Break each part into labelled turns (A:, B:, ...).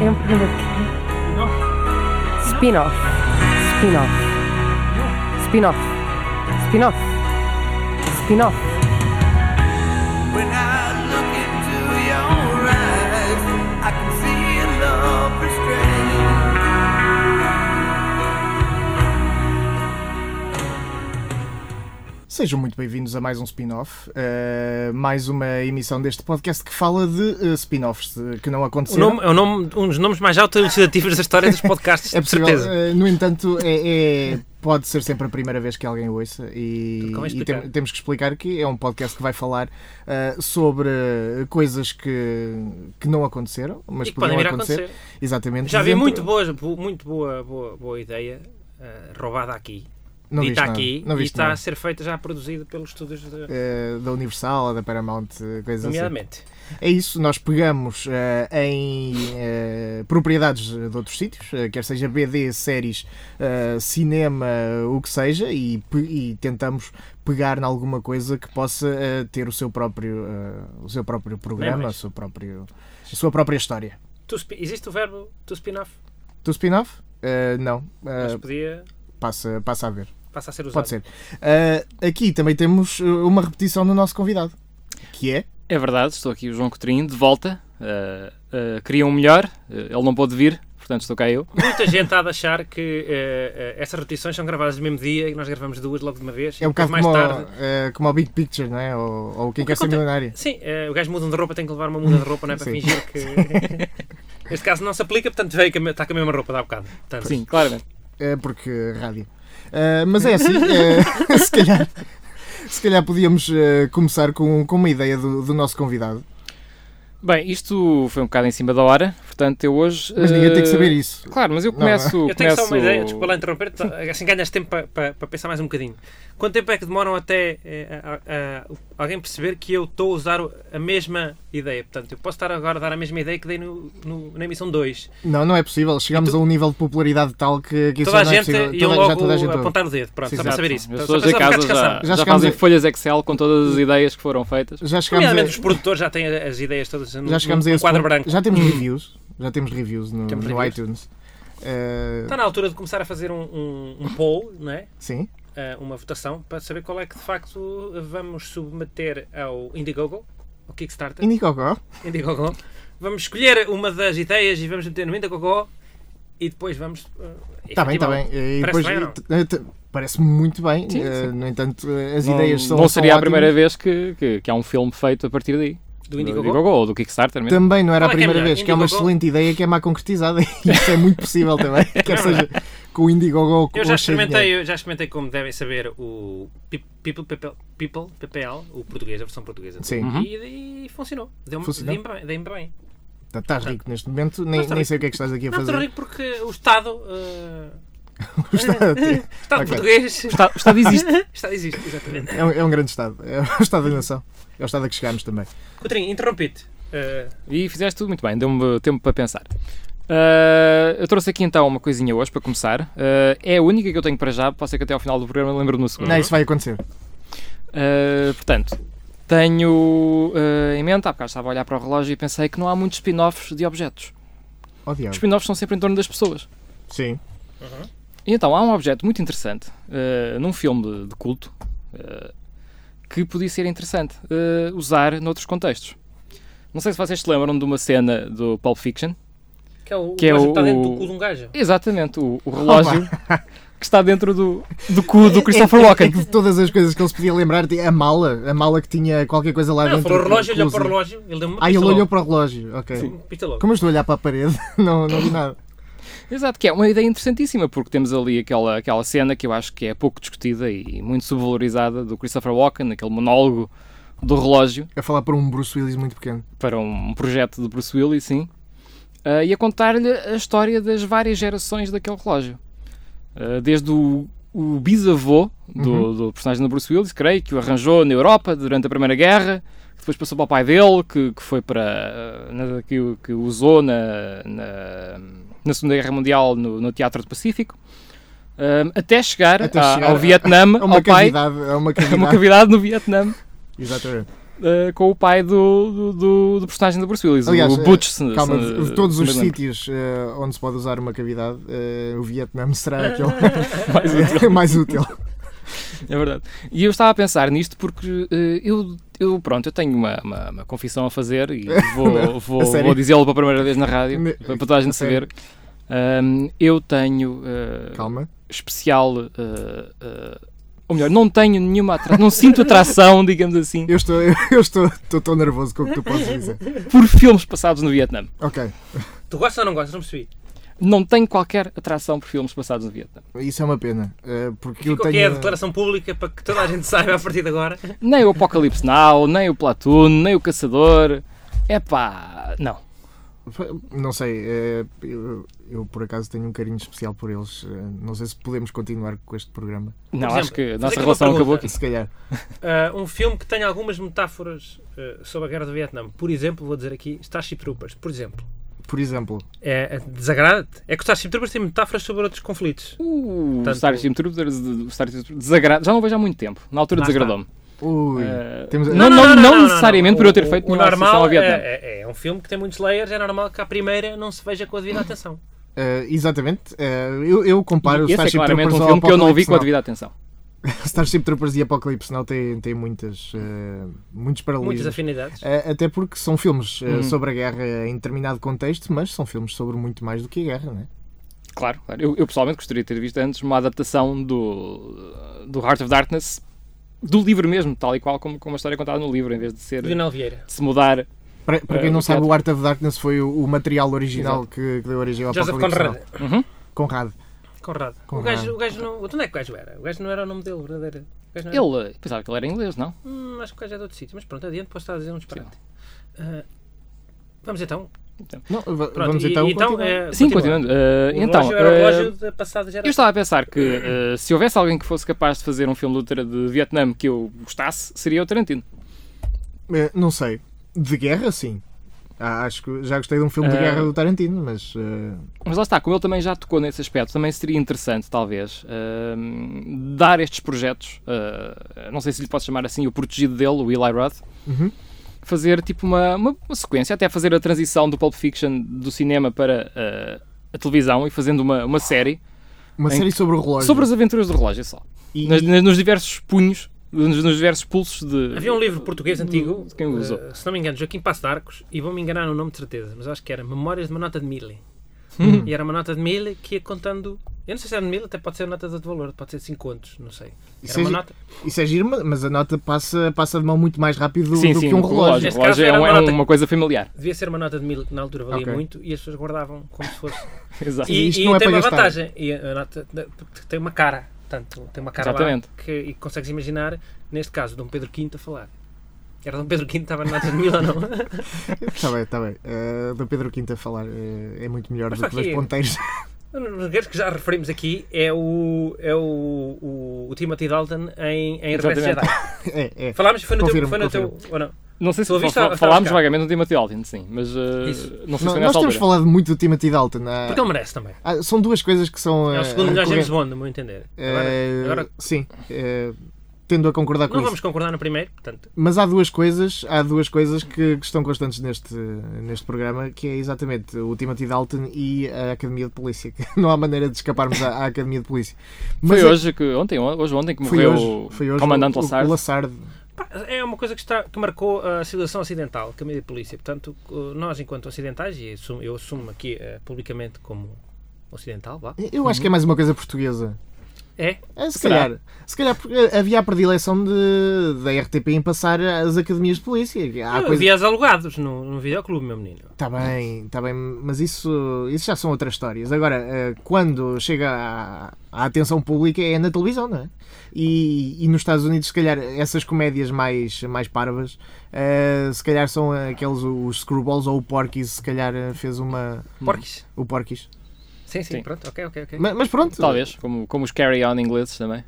A: Iam perguntar de quê? Spin-off. Spin-off. Spin-off. Spin-off. Spin-off.
B: When I look into your eyes, I can see a love restrained.
C: Sejam muito bem-vindos a mais um spin-off, eh, mais uma emissão deste podcast que fala de eh, spin-offs eh, que não
D: O
C: aconteceram.
D: nome, é o nome, um dos nomes mais autoelucidativos da história dos podcasts,
C: é
D: de
C: possível,
D: certeza.
C: eh, no entanto, é, é- pode ser sempre a primeira vez que alguém ouça e,
D: Então, convém
C: e tem-
D: explicar.
C: temos que explicar que é um podcast que vai falar eh, sobre eh, coisas que, que não aconteceram, mas
D: E que podem
C: poderiam
D: vir a
C: acontecer.
D: acontecer.
C: Exatamente.
D: Já vi
C: dentro-
D: muito, boas, bo- muito boa, boa, boa ideia eh, roubada aqui,
C: não viste
D: dita
C: nada,
D: aqui,
C: não
D: e tá assim.
C: viste
D: está
C: nada.
D: a ser feita já produzida pelos estúdios, de,
C: Eh, da Universal, ou da Paramount, eh, coisas assim.
D: nomeadamente.
C: É isso, nós pegamos eh, em eh, propriedades de outros sítios, eh, quer seja BD, séries, eh, cinema, o que seja, e, pe- e tentamos pegar em alguma coisa que possa eh, ter o seu próprio, eh, o seu próprio programa, o
D: mais.
C: seu próprio, a sua própria história.
D: Tu spi- existe o verbo to spin-off,
C: Do spin-off? Eh, não, Eh,
D: mas podia
C: passa, passa a ver,
D: passar a ser usado.
C: pode ser. Eh, aqui também temos eh, uma repetição do nosso convidado, que é.
E: É verdade, estou aqui, o João Coutinho, de volta. Ah, ah, queria um melhor, ah, ele não pôde vir, portanto estou cá eu.
D: Muita gente há de achar que eh, eh, estas repetições são gravadas no mesmo dia e nós gravamos duas logo de uma vez, e
C: É um
D: depois
C: bocado
D: mais
C: como,
D: tarde.
C: o- eh, como o Big Picture, não é? Ou, ou quem
D: que
C: quer ser
D: aconte-
C: milionário.
D: Sim, eh, o gajo muda de roupa, tem que levar uma muda de roupa, não é? Para
C: Sim.
D: fingir que. Neste caso não se aplica, portanto veio com a me- está com a mesma roupa de há bocado. Portanto,
E: Sim, claramente.
C: É porque rádio. Ah, mas é assim, eh, se calhar. Se calhar podíamos eh, começar com, com uma ideia do, do nosso convidado.
E: Bem, isto foi um bocado em cima da hora, portanto eu hoje.
C: Mas ninguém tem que
E: ah,
C: saber isso.
E: Claro, mas eu
C: Não, é?
E: começo.
D: Eu tenho só
E: começo-
D: uma ideia, desculpa lá interromper, tá, assim ganhas tempo para pensar mais um bocadinho. Quanto tempo é que demoram até eh, a- a- o- alguém perceber que eu estou a usar o- a mesma ideia? Portanto, eu posso estar agora a dar a mesma ideia que dei no, no- na emissão 2.
C: Não, não é possível. Chegamos a um nível de popularidade tal que, que isso
D: então Toda
C: já
D: a
C: não é
D: gente
C: possível.
D: iam
C: Toda- já
D: logo
C: toda a gente ouve.
D: apontar o dedo, pronto,
C: Sim,
D: só para
C: exato.
D: saber isso.
E: As
D: Portanto,
E: pessoas
D: só
E: em
D: para
E: casa
D: só ficar
E: já,
D: descansado.
C: Já
E: já
C: chegámos
E: fazem
C: a-
E: folhas Excel com todas as ideias que foram feitas.
C: Já chegámos
D: Nomeadamente os
C: a,
D: produtores já têm as ideias todas no,
C: já chegámos a
D: no
C: esse
D: quadro
C: ponto.
D: branco. Hum.
C: Já temos reviews. Já temos reviews no,
D: Temos
C: no
D: reviews. Tá.
C: iTunes. Eh,
D: Está na altura de começar a fazer um, um, um poll, não é?
C: sim.
D: Ah, uma votação, para saber qual é que de facto vamos submeter ao Indiegogo, ao Kickstarter.
C: Indicocó.
D: Indiegogo. Vamos escolher uma das ideias e vamos meter no Indiegogo e depois vamos. ah,
C: Está Tá bem, está
D: efetivar.
C: bem. E
D: Parece
C: depois-
D: bem ou não?
C: eh, t- Parece-me muito bem.
E: Sim,
C: Eh,
E: sim.
C: no entanto, eh, as
E: Não-
C: ideias são.
E: Não
C: são
E: seria a
C: ótimas.
E: primeira vez que, que, que há um filme feito a partir daí.
D: Do Indiegogo.
E: Indiegogo ou do Kickstarter mesmo.
C: Também não era a
D: Qual é que é
C: primeira
D: melhor?
C: vez, que é uma
D: Indiegogo?
C: excelente ideia que é má concretizada. Isso é muito possível também. Quer seja com o Indiegogo ou com
D: Eu já
C: ou sem dinheiro.
D: experimentei, eu já experimentei, como devem saber, o Pe- People, People, People, PPL, o português, a versão portuguesa.
C: Sim,
E: Uhum.
D: E, e funcionou. Deu-me
C: Funcionou?
D: dei-me bem. dei-me bem.
C: tá- estás rico neste momento, nem,
D: estou
C: nem
D: rico.
C: sei o que é que estás aqui a
D: Não, estou a
C: fazer.
D: rir porque o Estado. ah,
C: Está-
D: Estado
C: Ok.
D: português.
E: Está, está de existe.
D: Estado existe, exatamente.
C: É um, é um grande estado, é o estado da nação. É o estado a que chegamos também.
D: Uhum. Coutrinho, interrompi-te. Eh,
E: E fizeste tudo muito bem, deu-me tempo para pensar. Ah, eu trouxe aqui então uma coisinha hoje para começar. Ah, é a única que eu tenho para já, pode ser que até ao final do programa lembro-me no segundo.
C: Não, isso vai acontecer.
E: Ah, portanto, tenho ah, em mente, há bocado estava a olhar para o relógio e pensei que não há muitos spin-offs de objetos.
C: Oh,
E: Os
C: diabo.
E: spin-offs são sempre em torno das pessoas.
C: Sim.
E: E então há um objeto muito interessante ah, num filme de, de culto ah, que podia ser interessante ah, usar noutros contextos. Não sei se vocês se lembram de uma cena do Pulp Fiction.
D: que é o
E: Que é
D: gajo
E: o-
D: está dentro do cu de um gajo.
E: Exatamente, o, o relógio que está dentro do, do cu do Christopher
C: É
E: Walken.
C: que de todas as coisas que ele se podia lembrar, a mala, a mala que tinha qualquer coisa lá
D: Não,
C: dentro.
D: falou o relógio, olhou
C: incluso.
D: para o relógio, ele deu-me uma
C: Ah, ele
D: pista
C: olhou
D: logo.
C: para o relógio, ok.
D: Pista logo.
C: Como eu estou a olhar para a parede, não, não vi nada.
E: Exato, que é uma ideia interessantíssima, porque temos ali aquela, aquela cena que eu acho que é pouco discutida e muito subvalorizada do Christopher Walken, aquele monólogo do relógio
C: A falar para um Bruce Willis muito pequeno.
E: para um projeto de Bruce Willis, sim, ah, e a contar-lhe a história das várias gerações daquele relógio. Ah, desde o, o bisavô do,
C: Uhum.
E: do personagem do Bruce Willis, creio, que o arranjou na Europa durante a Primeira Guerra, que depois passou para o pai dele, que, que foi para. ah, na- que, o- que o usou na, na, na Segunda Guerra Mundial no, no Teatro do Pacífico, ah, até chegar,
C: Até
E: a-
C: chegar
E: ao
C: a-
E: Vietnã,
C: É uma
E: ao pai,
C: cavidade, é uma
E: a uma
C: cavidade.
E: cavidade no Vietnã.
C: Exatamente.
E: eh, com o pai do, do, do- do personagem do Bruce Willis,
C: Aliás,
E: o
C: eh,
E: Butch. se-
C: Calma,
E: se-
C: de todos
E: se
C: os
E: me lembro.
C: sítios eh, onde se pode usar uma cavidade, eh, o Vietnã será aquele
E: Mais útil.
C: mais útil.
E: É verdade. E eu estava a pensar nisto porque eh, eu, eu, pronto, eu tenho uma, uma- uma confissão a fazer e vou, vou,
C: sério?
E: vou dizê-lo pela primeira vez na rádio,
C: Me-
E: para toda a gente
C: a sério?
E: saber. Ahm, eu tenho eh,
C: Calma.
E: especial, eh, eh, ou melhor, não tenho nenhuma atração, não sinto atração, digamos assim,
C: Eu estou, eu estou, estou tão nervoso com o que tu podes dizer.
E: por filmes passados no Vietnã.
C: Ok.
D: Tu gostas ou não gostas? Não percebi.
E: Não tenho qualquer atração por filmes passados no Vietnã.
C: Isso é uma pena. eh, porque eu
D: Ficou aqui é a
C: tenho.
D: declaração pública para que toda a gente saiba a partir de agora.
E: Nem o Apocalipse Now, nem o Platoon, nem o Caçador. Epá, não.
C: Não sei. eh, eu, eu, por acaso tenho um carinho especial por eles. eh, não sei se podemos continuar com este programa.
E: Não,
D: exemplo,
E: acho que a
D: fazer
E: nossa
D: aqui uma
E: relação acabou
D: pergunta.
E: aqui.
C: Se calhar.
D: Ah, um filme que tenha algumas metáforas ah, sobre a guerra do Vietnã. Por exemplo, vou dizer aqui Starship Troopers. Por exemplo,
C: Por exemplo,
D: é, é- desagrada-te? É que o Starship Troopers tem metáforas sobre outros conflitos.
E: O
D: Tanto-
E: Uh, Starship Troopers, o Starship Troopers desagra- já não o vejo há muito tempo. Na altura
D: Lá
E: desagradou-me.
C: ui,
E: Eh,
C: temos-
E: não, não, necessariamente por eu ter
D: O-
E: feito
D: o,
E: uma associação
D: normal
E: ao
D: é,
E: Vietnã.
D: é, é um filme que tem muitos layers, é normal que à primeira não se veja com a devida atenção.
C: eh, exatamente. eh, eu, eu comparo
E: E
C: o
E: esse é
C: Starship
E: claramente
C: Troopers
E: um
C: ao
E: filme que eu não vi
C: Apocalipse
E: com a
C: Now.
E: devida atenção.
C: Starship Troopers e Apocalipse Now têm, têm muitas, eh, muitos
D: Muitas
C: paralelismos.
D: afinidades.
C: Eh, Até porque são filmes eh,
E: Uhum.
C: sobre a guerra em determinado contexto, mas são filmes sobre muito mais do que a guerra, não é?
E: Claro, claro. Eu, eu pessoalmente gostaria de ter visto antes uma adaptação do, do Heart of Darkness, do livro mesmo, tal e qual como, como a história é contada no livro, em vez de ser
D: De Vinal Vieira.
E: de se mudar.
C: Para, para
E: Eh,
C: quem não
E: o
C: sabe,
E: teatro.
C: o Art of Darkness foi o, o material original que, que deu origem ao
D: Joseph
C: Apocalipse
D: Conrad.
C: Now.
E: Uhum.
C: Conrad.
D: Conrado. O
C: Conrado.
D: gajo, o gajo não. Onde é que o gajo era? O gajo não era o nome dele, verdadeiro. O gajo não era-
E: Ele eh, pensava que ele era inglês, não?
D: Hum, acho que o gajo é de outro sítio, mas pronto, adiante, posso estar a dizer um disparate. Ah, vamos então.
C: Não, va-
D: Pronto,
C: vamos
D: e-
C: então,
D: e então,
C: continuar.
D: eh,
E: Sim,
D: continua.
E: continuando. eh,
D: O
E: então,
D: relógio era o
E: eh,
D: relógio da passada
E: Eu
D: geração.
E: estava a pensar que eh, se houvesse alguém que fosse capaz de fazer um filme de luta de Vietnã que eu gostasse, seria o Tarantino.
C: Eh, não sei. De guerra, sim. Ah, acho que já gostei de um filme de
E: Eh,
C: guerra do Tarantino, mas eh,
E: Mas lá está, como ele também já tocou nesse aspecto, também seria interessante, talvez, ahm, dar estes projetos, ah, não sei se lhe posso chamar assim, o protegido dele, o Eli Roth,
C: Uhum.
E: fazer tipo uma, uma, uma sequência, até fazer a transição do Pulp Fiction do cinema para ah, a televisão e fazendo uma, uma série
C: uma
E: Em-
C: série sobre o relógio.
E: sobre as aventuras do relógio só.
C: E-
E: Nas- nas- nos diversos punhos, nos, nos diversos pulsos de.
D: Havia um livro português
C: Hum,
D: antigo,
E: De quem o usou.
D: eh, se não me engano, Joaquim Passo de Arcos, e vou-me enganar no nome de certeza, mas acho que era Memórias de uma Nota de Mille.
C: Hum.
D: E era uma nota de mil que ia contando. Eu não sei se era de mil, até pode ser nota de outro valor, pode ser de 5 contos, não sei. Era
C: Isso é
D: uma
C: gi-
D: nota.
C: Isso é giro, mas a nota passa, passa de mão muito mais rápido do,
E: Sim,
C: do
E: sim,
C: que um
E: o relógio.
C: relógio.
D: Neste
E: O
D: caso
E: relógio é,
D: era
E: um- é
D: uma nota-
E: uma coisa familiar.
D: Devia ser uma nota de mil que na altura valia
C: Ok.
D: muito e as pessoas guardavam como se fosse.
E: Exato.
D: E,
C: isto
D: e
C: não é
D: tem
C: para
D: uma
C: gastar.
D: vantagem. E a nota de- de- tem uma cara. Portanto, tem uma cara
E: Exatamente.
D: lá que e consegues imaginar, neste caso, Dom Pedro V a falar. Era Dom Pedro V que estava na nota de mil ou não?
C: Está Tá bem, está bem. Eh, do Pedro Quinta a falar eh, é muito melhor
D: Mas
C: do que
D: só que-
C: dois ponteiros.
D: Um dos guerreiros que já referimos aqui é o, é o, o, o Timothy Dalton em, em Regresso de
E: Exatamente.
D: Jedi.
C: é, é.
D: Falámos, foi no teu.
C: Confirmo,
D: Foi no teu
C: confirmo. É.
D: ou não?
E: Não sei se
D: Tu ouviste
E: fal-
D: a- a
E: falámos
D: buscar?
E: vagamente do Timothy Dalton, sim, mas uh,
D: Isso.
E: não sei se
C: Não,
E: foi
C: nós
E: nessa
C: temos
E: altura.
C: falado muito do Timothy Dalton. ah,
D: Porque ele merece também.
C: ah, são duas coisas que são.
D: É o
C: eh,
D: segundo melhor James
C: recorrentes.
D: Bond, no meu entender.
C: Eh,
D: Agora, agora
C: Sim, eh, tendo a concordar com
D: não
C: isso.
D: vamos concordar no primeiro, portanto.
C: Mas há duas coisas, há duas coisas que, que estão constantes neste, neste programa, que é exatamente o Timothy Dalton e a Academia de Polícia. que Não há maneira de escaparmos à, à Academia de Polícia.
E: Foi
C: é-
E: hoje que ontem, hoje ontem que
C: foi
E: morreu
C: hoje- foi
E: o
C: hoje
E: comandante
C: o- o-
E: Lassard.
C: o Lassard.
D: Pá, É uma coisa que, está, que marcou a civilização ocidental, que é a mídia de polícia. Portanto, co- nós, enquanto ocidentais, e assumo- eu assumo aqui eh, publicamente como ocidental, vá.
C: Eu acho que é mais uma coisa portuguesa.
D: É?
C: É, se
E: Será?
C: calhar. Se calhar porque havia a predileção de, da RTP em passar as academias de polícia.
E: Ah,
C: Há
D: eu
C: coisa...
D: vi as alugados no, no videoclube, meu menino.
C: Está bem, está bem, mas isso, isso já são outras histórias. Agora, eh, quando chega à, à atenção pública é na televisão, não é? E, e nos Estados Unidos, se calhar, essas comédias mais, mais parvas, eh, se calhar são aqueles, os Screwballs ou o Porky's, se calhar eh, fez uma...
D: Porques.
C: o Porky's.
D: Sim, sim,
E: Sim.
D: pronto, ok, ok, ok.
C: Ma- Mas, pronto,
E: Talvez, como, como os carry-on ingleses também.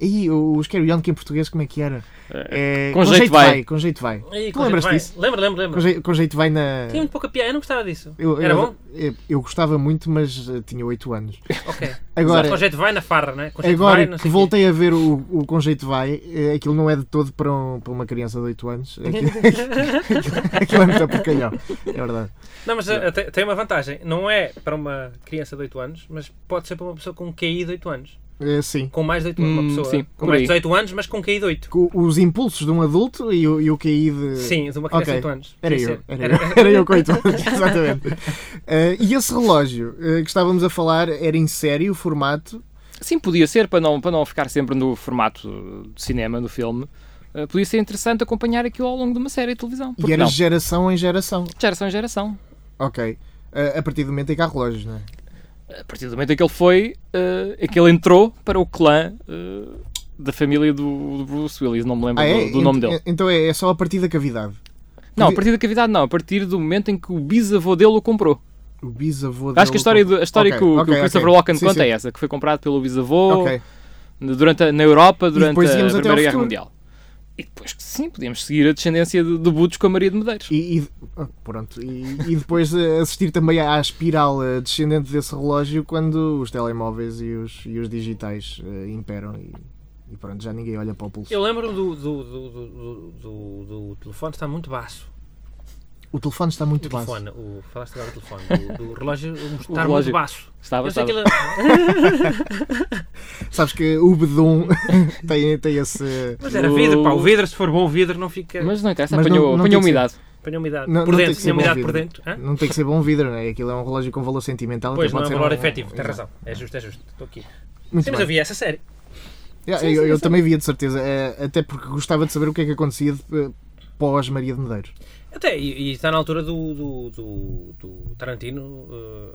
C: E o Scary Young, que em português, como é que era? É,
E: Eh, Com jeito vai.
C: Com jeito vai.
D: Aí,
C: Tu lembras
D: vai.
C: disso?
D: Lembro, lembro,
C: Com
D: lembro.
C: jeito, com jeito vai na.
D: É. Tinha muito pouca piada, eu não gostava disso.
C: Eu,
D: Era
C: eu,
D: bom?
C: eu, eu gostava muito, mas eh, tinha 8 anos.
D: Ok.
C: Agora,
D: Só com jeito vai na farra, né? Com jeito vai,
C: agora
D: não
C: que
D: sei o quê.
C: voltei a ver o, o Conjeito Vai, eh, aquilo não é de todo para, um- para uma criança de 8 anos. Aquilo, aquilo é muito porcalhão. É verdade.
D: Não, mas eh, tem- tem uma vantagem. Não é para uma criança de 8 anos, mas pode ser para uma pessoa com QI de 8 anos.
C: Eh, sim.
D: Com mais de 8 anos.
E: Hum,
D: Uma pessoa
E: sim,
D: com
E: por
D: mais
E: aí.
D: de 18 anos, mas com QI de 8.
C: Co- Os impulsos de um adulto e o, e o QI de.
D: Sim, de uma criança
C: Eh, Ok.
D: de 8 anos.
C: Era
D: Sim,
C: eu,
D: sim.
C: era eu, era eu com 8 anos, exatamente. Eh, e esse relógio eh, que estávamos a falar era em série o formato.
E: Sim, podia ser, para não, para não ficar sempre no formato de cinema do filme. eh, Podia ser interessante acompanhar aquilo ao longo de uma série de televisão.
C: e
E: Porque
C: era
E: não? De
C: geração em geração.
E: geração em geração.
C: Ok. Eh, a partir do momento em que há relógios, não é?
E: A partir do momento em que ele foi, eh, em que ele entrou para o clã eh, da família do, do Bruce Willis, não me lembro
C: Ah,
E: do,
C: é?
E: do nome
C: Ent-
E: dele.
C: eh, Então é, é só a partir da cavidade.
E: Não, a partir da cavidade não, a partir do momento em que o bisavô dele o comprou.
C: O bisavô
E: Acho que a história, do- a história
C: Ok,
E: que, o, que o
C: ok, ok.
E: Christopher Walken
C: Sim,
E: conta
C: sim.
E: é essa, que foi comprado pelo bisavô
C: Ok.
E: durante a- na Europa durante
C: depois
E: a
C: íamos até ao
E: Primeira Guerra
C: futuro.
E: Mundial. E depois, sim, podíamos seguir a descendência de, de Butos com a Maria de Medeiros.
C: E, e- ah, pronto. E, e depois eh, assistir também à espiral eh, descendente desse relógio quando os telemóveis e os, e os digitais eh, imperam e, e pronto, já ninguém olha para o pulso.
D: Eu lembro do, do, do, do, do- do- do telefone está muito baixo.
C: O telefone está muito
D: O
C: baixo.
D: telefone, o, falaste agora do telefone, do, do relógio
E: O
D: estar
E: relógio.
D: muito baixo.
E: Estava,
D: Eu sei
E: estava.
D: que ele- é-
C: Sabes que o Bedum tem, tem esse.
D: Mas era vidro, pá, o vidro, se for bom vidro, não fica.
E: Mas não interessa,
C: Mas
E: apanhou,
C: não- não tem
E: apanhou
C: que
E: umidade.
D: Apanha umidade.
C: Não-
D: por
C: não tem
D: dentro,
C: que ser
D: tinha
C: bom
D: umidade por
C: vidro.
D: dentro. Hã?
C: Não tem que ser bom vidro, não é? Aquilo é um relógio com valor sentimental.
D: Pois,
C: então
D: não é
C: pode
D: um
C: ser
D: valor
C: um-
D: efetivo, tem
C: Exato.
D: razão. É justo, é justo. Estou aqui.
C: Muito
D: Sim, mas
C: bem.
D: eu vi essa série.
C: Yeah,
E: Sim,
C: eu
E: sim,
C: eu
E: sim.
C: também via, de certeza. eh, Até porque gostava de saber o que é que acontecia de- pós Maria de Medeiros.
D: Até, e, e está na altura do, do, do, do Tarantino. Uh,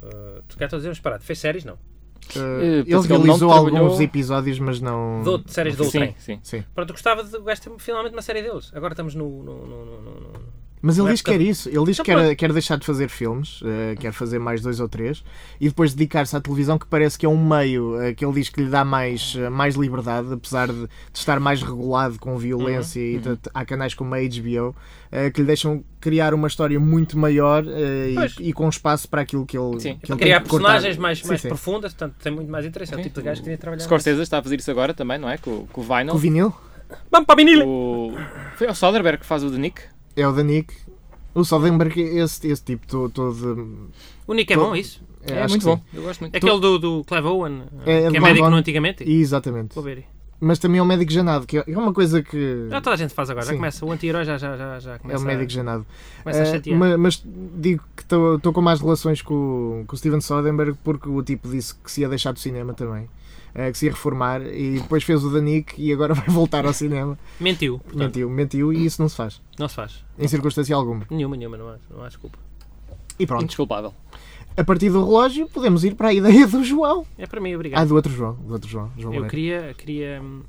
D: uh, tu cá estou a dizer, mas parado. Fez séries, não?
C: Eh,
E: Eh,
C: ele
E: penso que ele não
C: realizou
E: trabalhou-
C: alguns episódios, mas não.
D: Dou, séries do
E: Sim,
D: trem.
E: sim.
C: Hum, Sim.
D: Pronto, eu gostava de. Gosto finalmente uma série deles. Agora estamos no. no, no, no, no- no-
C: Mas ele
D: Não é
C: diz que quer
D: porque-
C: isso. Ele diz que
D: Então
C: quer,
D: pronto.
C: quer deixar de fazer filmes, eh, quer fazer mais dois ou três, e depois dedicar-se à televisão, que parece que é um meio eh, que ele diz que lhe dá mais, eh, mais liberdade, apesar de, de estar mais regulado com
D: Uhum.
C: violência. E t- t- há canais como a HBO eh, que lhe deixam criar uma história muito maior eh, e-
D: Pois.
C: e, com espaço para aquilo que ele,
E: Sim.
C: que ele
D: Criar
C: tem que cortar.
D: personagens mais,
C: Sim,
D: mais
C: sim.
D: profundas, portanto, tem muito mais interesse. É o
E: Sim.
D: tipo de gajo que queria trabalhar.
E: Scorsese está a fazer isso agora também, não é? Com, com o Vinyl.
C: O vinil
D: Vamos para a vinil!
E: O- Foi o Soderbergh que faz o de Nick.
C: é o da Nick. O Soderbergh, esse, esse tipo todo. todo
D: O Nick é
C: Tô-
D: bom, isso?
C: eh,
E: É
C: acho
E: muito
C: que sim.
E: bom. Eu gosto muito.
D: É Aquele do, do Clive Owen,
C: É, é do
D: que é médico
C: Clive
D: não
C: Owen.
D: antigamente?
C: Exatamente.
D: Vou ver Ah, aí.
C: Mas também é um médico janado, que é uma coisa que.
D: Já toda a gente faz agora, já
C: Sim.
D: começa. O anti-herói já, já, já, já
C: É
D: começa.
C: um
D: a-
C: médico janado.
D: começa a
C: Eh,
D: chatear.
C: ma- mas, digo que estou com mais relações com, o- com o Steven Soderbergh porque o tipo disse que se ia deixar do cinema também. eh, que se ia reformar e depois fez o da Nick e agora vai voltar ao cinema.
D: Mentiu, portanto,
C: Mentiu, mentiu e isso não se faz.
D: não se faz.
C: Em circunstância alguma.
D: Nenhuma, nenhuma, não há, não há desculpa.
C: E pronto.
E: Indesculpável.
C: A partir do relógio podemos ir para a ideia do João.
D: É para mim,
C: Ah,
D: obrigado.
C: do outro João. Do outro João. João
D: Eu
C: Moreira.
D: queria, queria, hum,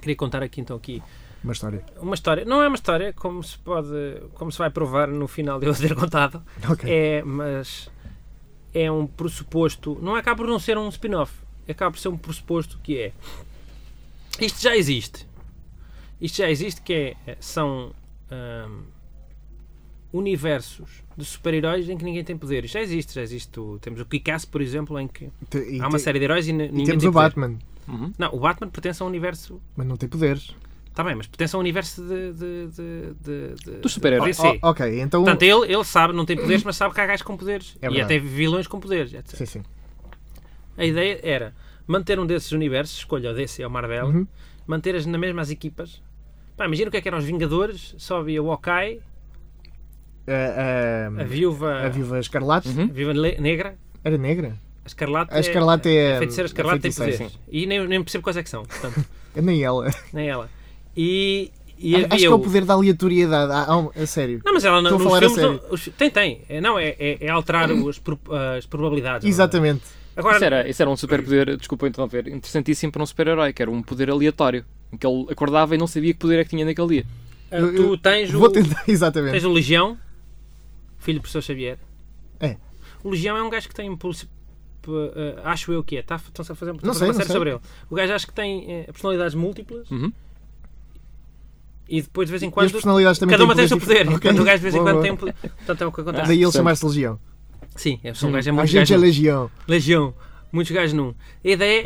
D: queria contar aqui então aqui
C: Uma história.
D: uma história. Não é uma história, como se pode, como se vai provar no final de eu ter contado.
C: Ok.
D: É, mas é um pressuposto. Não acaba por não ser um spin-off. Acaba por ser um pressuposto que é. Isto já existe. Isto já existe que é. eh, São hum, universos de super-heróis em que ninguém tem poder. Isto já existe, já existe. o- Temos o Kick-Ass, por exemplo, em que
C: Te- e
D: há uma
C: te-
D: série de heróis e n-
C: E
D: ninguém
C: temos
D: tem
C: o
D: poder.
C: Batman,
D: Não, o Batman pertence a um universo.
C: mas não tem poderes.
D: Está bem, mas pertence a um universo de. de, de, de, de
E: Dos super-heróis.
D: de DC.
C: Oh, ok, então.
D: Portanto, ele, ele sabe, não tem poderes, mas sabe que há gajos com poderes.
C: É
D: e
C: verdade.
D: até vilões com poderes, etc.
C: Sim, sim.
D: A ideia era manter um desses universos, escolha o DC ou Marvel,
C: Uhum.
D: manter as na mesma as equipas. Pá, imagina o que é que eram os Vingadores, só havia o Hawkeye,
C: Eh,
D: a Uhum.
C: eh,
D: Viúva,
C: a Viúva Escarlate
D: a Viúva Le- Negra,
C: era negra?
D: a Escarlate,
C: A Escarlate é,
D: a Feiticeira
C: é
D: Escarlate tem
C: feiticeira,
D: poderes. E nem, nem percebo quais é que são, portanto,
C: Nem ela.
D: nem ela. E, e
C: Acho
D: havia
C: que é o poder da aleatoriedade. Ah, ah, a sério.
D: Não, mas ela
C: Estou
D: não,
C: a
D: nos
C: falar a
D: filmes...
C: sério. Uhum.
D: não- os- tem, tem. É, Não, é, é, é alterar as, pro- as probabilidades. é?
C: Exatamente.
D: Agora,
E: Isso era, isso era um superpoder, desculpa interromper, interessantíssimo para um super-herói, que era um poder aleatório, em que ele acordava e não sabia que poder é que tinha naquele dia.
D: ah,
C: Eu-
D: tu
C: eu
D: tens o...
C: Vou tentar, exatamente.
D: Tens o Legião, filho do professor Xavier.
C: É.
D: O Legião é um gajo que tem impulso- tipo, eh, acho eu que é, tá, estão-se a fazer, estão a
C: Não
D: fazer
C: sei,
D: uma
C: não
D: série
C: sei.
D: sobre ele. O gajo acho que tem eh, personalidades múltiplas
E: Uhum.
D: e depois de vez em
C: E as
D: quando
C: personalidades também
D: cada uma
C: têm
D: tem o seu
C: poderes
D: poder.
C: diferentes.
D: Portanto, o gajo de vez em
C: Boa,
D: quando
C: boa.
D: tem um poder. Portanto, é o que acontece.
C: Daí ele
E: Portanto,
C: chamar-se Legião.
D: Sim, é, são gajos, é
C: A
D: muito
C: gente é
D: gajo.
C: Legião.
D: Legião, muitos gajos num. A ideia é,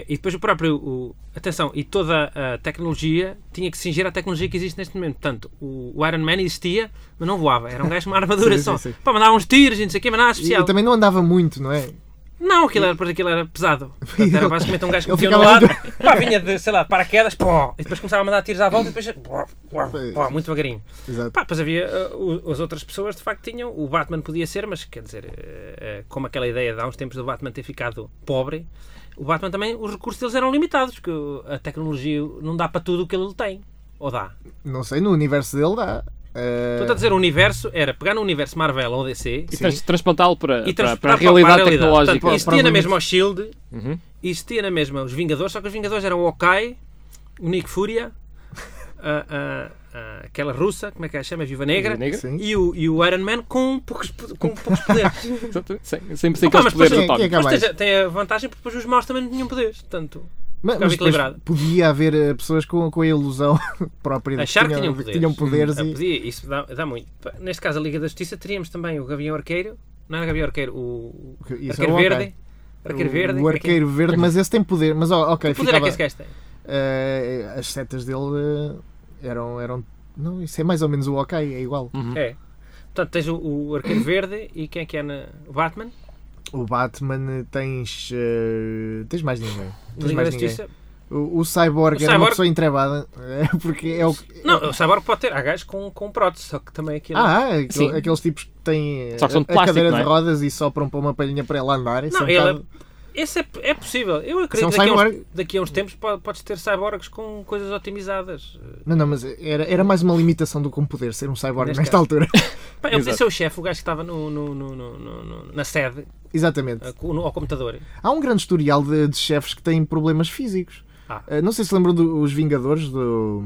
D: é- e depois o próprio, o- atenção, e toda a tecnologia tinha que se ingir à tecnologia que existe neste momento. Portanto, o, o Iron Man existia, mas não voava, era um gajo com uma armadura
C: Sim,
D: só.
C: sim, sim.
D: Pá, mandava uns tiros e não sei o que, mas nada
C: E,
D: especial.
C: também não andava muito, não é?
D: Não, aquilo era, pois aquilo era pesado. Portanto, era basicamente um gajo que
C: Ele
D: metia no
C: ficava
D: lado, pá, vinha de, sei lá, paraquedas, pó, e depois começava a mandar tiros à volta e depois, pó, pó, pó, muito devagarinho.
C: Exato.
D: Pá, pois havia ah, o- as outras pessoas de facto tinham, o Batman podia ser, mas quer dizer, eh, eh, como aquela ideia de há uns tempos do Batman ter ficado pobre, o Batman também, os recursos deles eram limitados, porque o- a tecnologia não dá para tudo o que ele tem. Ou dá.
C: Não sei, no universo dele dá. Eh,
D: Estou a dizer, o universo era pegar no universo Marvel ou DC
E: E trans- transplantá-lo para,
D: e
E: para,
D: transportar
E: para a realidade
D: Portanto,
E: tecnológica.
D: existia na mesma o Shield,
E: Uhum.
D: existia na mesma os Vingadores, só que os Vingadores eram o Okai, o Nick Fúria, a- a- a- aquela russa, como é que ela se chama? Viva Negra.
E: Viúva Negra?
C: Sim.
D: e o, e o Iron Man com poucos, com poucos poderes.
E: Exato, Sem, sem, sem
D: Opa,
E: aqueles
D: mas
C: é-
D: depois
E: poderes
C: é
E: atómicos.
C: Cá
D: Mas
C: mais.
D: tem, tem a vantagem porque depois os maus também não tinham poderes. Portanto,
C: Mas, mas
D: ficava
C: depois
D: equilibrado.
C: podia haver eh, pessoas com, com a ilusão própria de
D: achar que tinham
C: de
D: poderes.
C: tinham poderes
D: Ah,
C: e
D: podia, isso dá, dá muito. Pa- Neste caso, a Liga da Justiça, teríamos também o Gavião Arqueiro. Não era Gavião Arqueiro, o
C: Que- isso
D: Arqueiro
C: é o Hawkeye.
D: Verde. Arqueiro Verde.
C: o
D: é quem-
C: arqueiro verde, mas esse tem poder. Mas ó, ok,
D: Que poder é que
C: ficava,
D: esse gajo tem?
C: eh, as setas dele eh, eram, eram. Não, isso é mais ou menos o ok, é igual.
D: É. Portanto, tens o, o Arqueiro Verde e quem é que é na... o Batman?
C: O Batman eh, tens. eh, tens mais ninguém.
D: Na
C: Tens
D: Liga da
C: mais ninguém.
D: Justiça?
C: O, o Cyborg
D: O
C: era uma
D: Cyborg-
C: pessoa entrebada. eh, Porque é o. que-
D: Não, o Cyborg pode ter. Há gajos com, com prótese, só que também aquilo.
C: Ah, aquele-
E: Sim.
C: aqueles tipos que têm eh,
E: Só que são
C: a
E: de plástico,
C: cadeira
E: não é?
C: de rodas e sopram para uma palhinha para ela andar. Isso
D: Não,
C: é um
D: ele-
C: bocado-
D: Esse é, é possível. Eu acredito
C: São
D: que daqui, a uns-
C: cyborg.
D: daqui a uns tempos po- podes ter cyborgs com coisas otimizadas.
C: Não, não, mas era, era mais uma limitação do como poder ser um cyborg
D: Neste
C: nesta
D: caso.
C: altura.
D: Pá, eu podia
E: Exato.
D: ser o chefe, o gajo que estava no, no- no- no- no- no- na sede,
C: Exatamente.
D: a- com- no- ao computador.
C: Há um grande historial de, de chefes que têm problemas físicos.
D: Ah.
C: Eh, não sei se lembram dos Vingadores, do,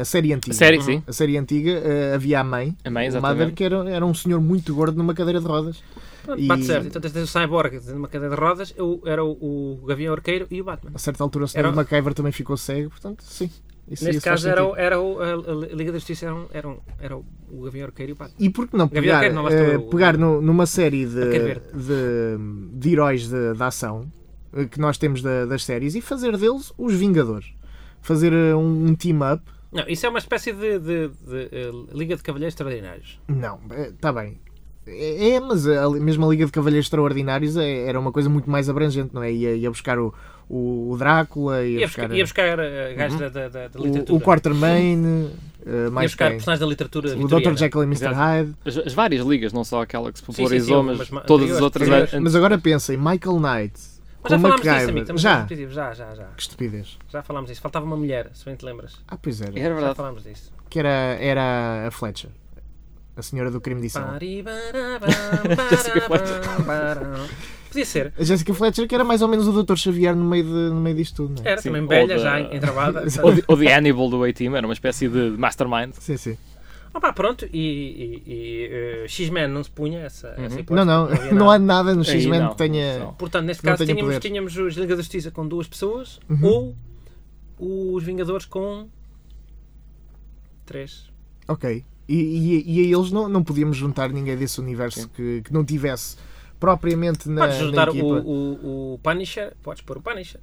C: a série antiga.
E: A série, sim.
C: A série antiga eh, havia a mãe,
E: A mãe,
C: o
E: exatamente.
C: Mother, que era, era um senhor muito gordo numa cadeira de rodas.
D: Pronto,
C: E-
D: Bate certo. Então tens o cyborg numa cadeira de rodas, eu, era o, o Gavião Arqueiro e o Batman.
C: A certa altura o senhor
D: Era-
C: MacGyver também ficou cego, portanto, sim. Isso-
D: Neste
C: isso faz
D: caso era,
C: sentido.
D: o, era o- a, a Liga da Justiça, era, um- era um- era o, o Gavião Arqueiro e o Batman.
C: E por que não
D: Gavião
C: pegar,
D: Arqueiro, não, lá está
C: eh,
D: o-
C: pegar no- numa série
D: Arqueiro
C: de,
D: Verde.
C: de, de heróis de- da ação eh, que nós temos da- das séries e fazer deles os Vingadores? Fazer eh, um, um team-up?
D: Não, isso é uma espécie de, de- de, eh, Liga de Cavalheiros Extraordinários.
C: Não, está bem. É, é, mas a, li- mesmo a Liga de Cavalheiros Extraordinários é- era uma coisa muito mais abrangente, não é? Ia, ia buscar o, o, o Drácula, ia,
D: Ia
C: buscar, Uhum.
D: buscar, ia buscar eh, gajos da, da- da- da
C: o,
D: literatura.
C: o Quartermain, eh,
D: Ia
C: mais
D: buscar
C: quem?
D: personagens da literatura
C: O Dr.
D: vitoriana.
C: Jekyll e Mr. Hyde.
E: As, as várias ligas, não só aquela que se
D: sim,
E: popularizou,
D: sim,
E: mas,
D: mas ma-
E: todas as
D: anteriores,
E: outras.
D: anteriores.
E: an-
C: Mas agora pensem, Michael Knight.
D: Mas já
C: com
D: falámos disso,
C: MacGyver.
D: amigo.
C: é
D: Estamos
C: Já,
D: já. já, já, já.
C: que estupidez.
D: Já falámos disso. Faltava uma mulher, se bem te lembras.
C: Ah, pois era.
E: Era
D: Já
E: verdade.
D: falámos disso.
C: Que era, era a Fletcher, a senhora do crime de edição.
D: Paribarabam,
E: Jessica
C: é.
D: barabam, barabam. Podia ser.
C: A Jessica Fletcher, que era mais ou menos o Dr. Xavier no meio, de, no meio disto tudo, não é?
D: Era
E: Sim,
D: também
E: ou
D: velha,
E: da-
D: já entravada.
E: Ou The- ou The Hannibal do A-Team, era uma espécie de mastermind.
C: Sim, sim.
D: Opa, pronto. E, e- e, eh, X-Men não se punha essa, essa hipótese.
C: Uhum. Não, não,
D: havia
C: não
D: nada.
C: há nada no
E: Aí
C: X-Men
E: não,
C: que tenha.
E: não.
D: Portanto, neste
C: não
D: caso,
C: tinha
D: tínhamos,
C: poderes.
D: tínhamos os Liga da Justiça com duas pessoas
C: Uhum.
D: ou os Vingadores com três.
C: Ok. E, e, e a eles não, não podíamos juntar ninguém desse universo que, que não tivesse propriamente na,
D: Podes
C: na
D: ajudar o,
C: equipa.
D: o, o Punisher, podes pôr o Punisher.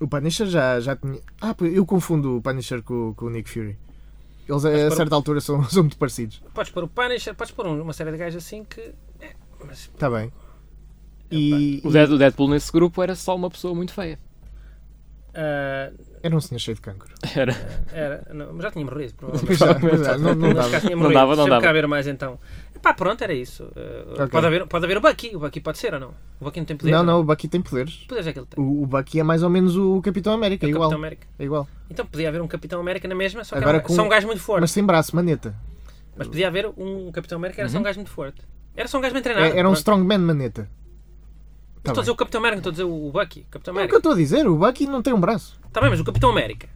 C: O Punisher já, já tinha. Ah, pô, eu confundo o Punisher com, com o Nick Fury. Eles a,
D: para
C: a
D: o-
C: certa altura são, são muito parecidos.
D: Podes pôr o Punisher, podes pôr um- uma série de gajos assim que. é, mas
C: Está Tá bem. E,
E: O Dead- o Deadpool nesse grupo era só uma pessoa muito feia.
D: ah,
C: era um senhor cheio de cancro.
E: Era.
D: era, não, mas já tinha morrido,
C: Pois
D: provavelmente.
C: é, pois é, não, não dava.
D: Acho que tinha
E: Não
D: morrido.
E: dava, não
D: Sempre
E: dava.
D: cá haver mais então. Pá, pronto, era isso. Uh,
C: Ok.
D: pode, haver, pode haver o Bucky. O Bucky pode ser ou não? O Bucky não tem poder.
C: Não, não, o Bucky tem poderes.
D: Poderes é que ele tem.
C: O, o Bucky é mais ou menos o Capitão América, é
D: o
C: igual.
D: Capitão América.
C: É igual.
D: Então podia haver um Capitão América na mesma, só que
C: Agora
D: era,
C: com-
D: só um gajo muito forte.
C: Mas
D: Mas,
C: sem braço, maneta.
D: podia haver um Capitão América, era só um gajo muito forte. Era só um gajo bem
C: Uhum. É-
D: treinado.
C: era um
D: pronto.
C: strongman maneta. Tá
D: Não estou a
C: bem.
D: dizer o Capitão América, Tá não estou a dizer o Bucky. Capitão
C: É o que eu
D: América.
C: estou a dizer, o Bucky não tem um braço.
D: Está bem, mas o Capitão América.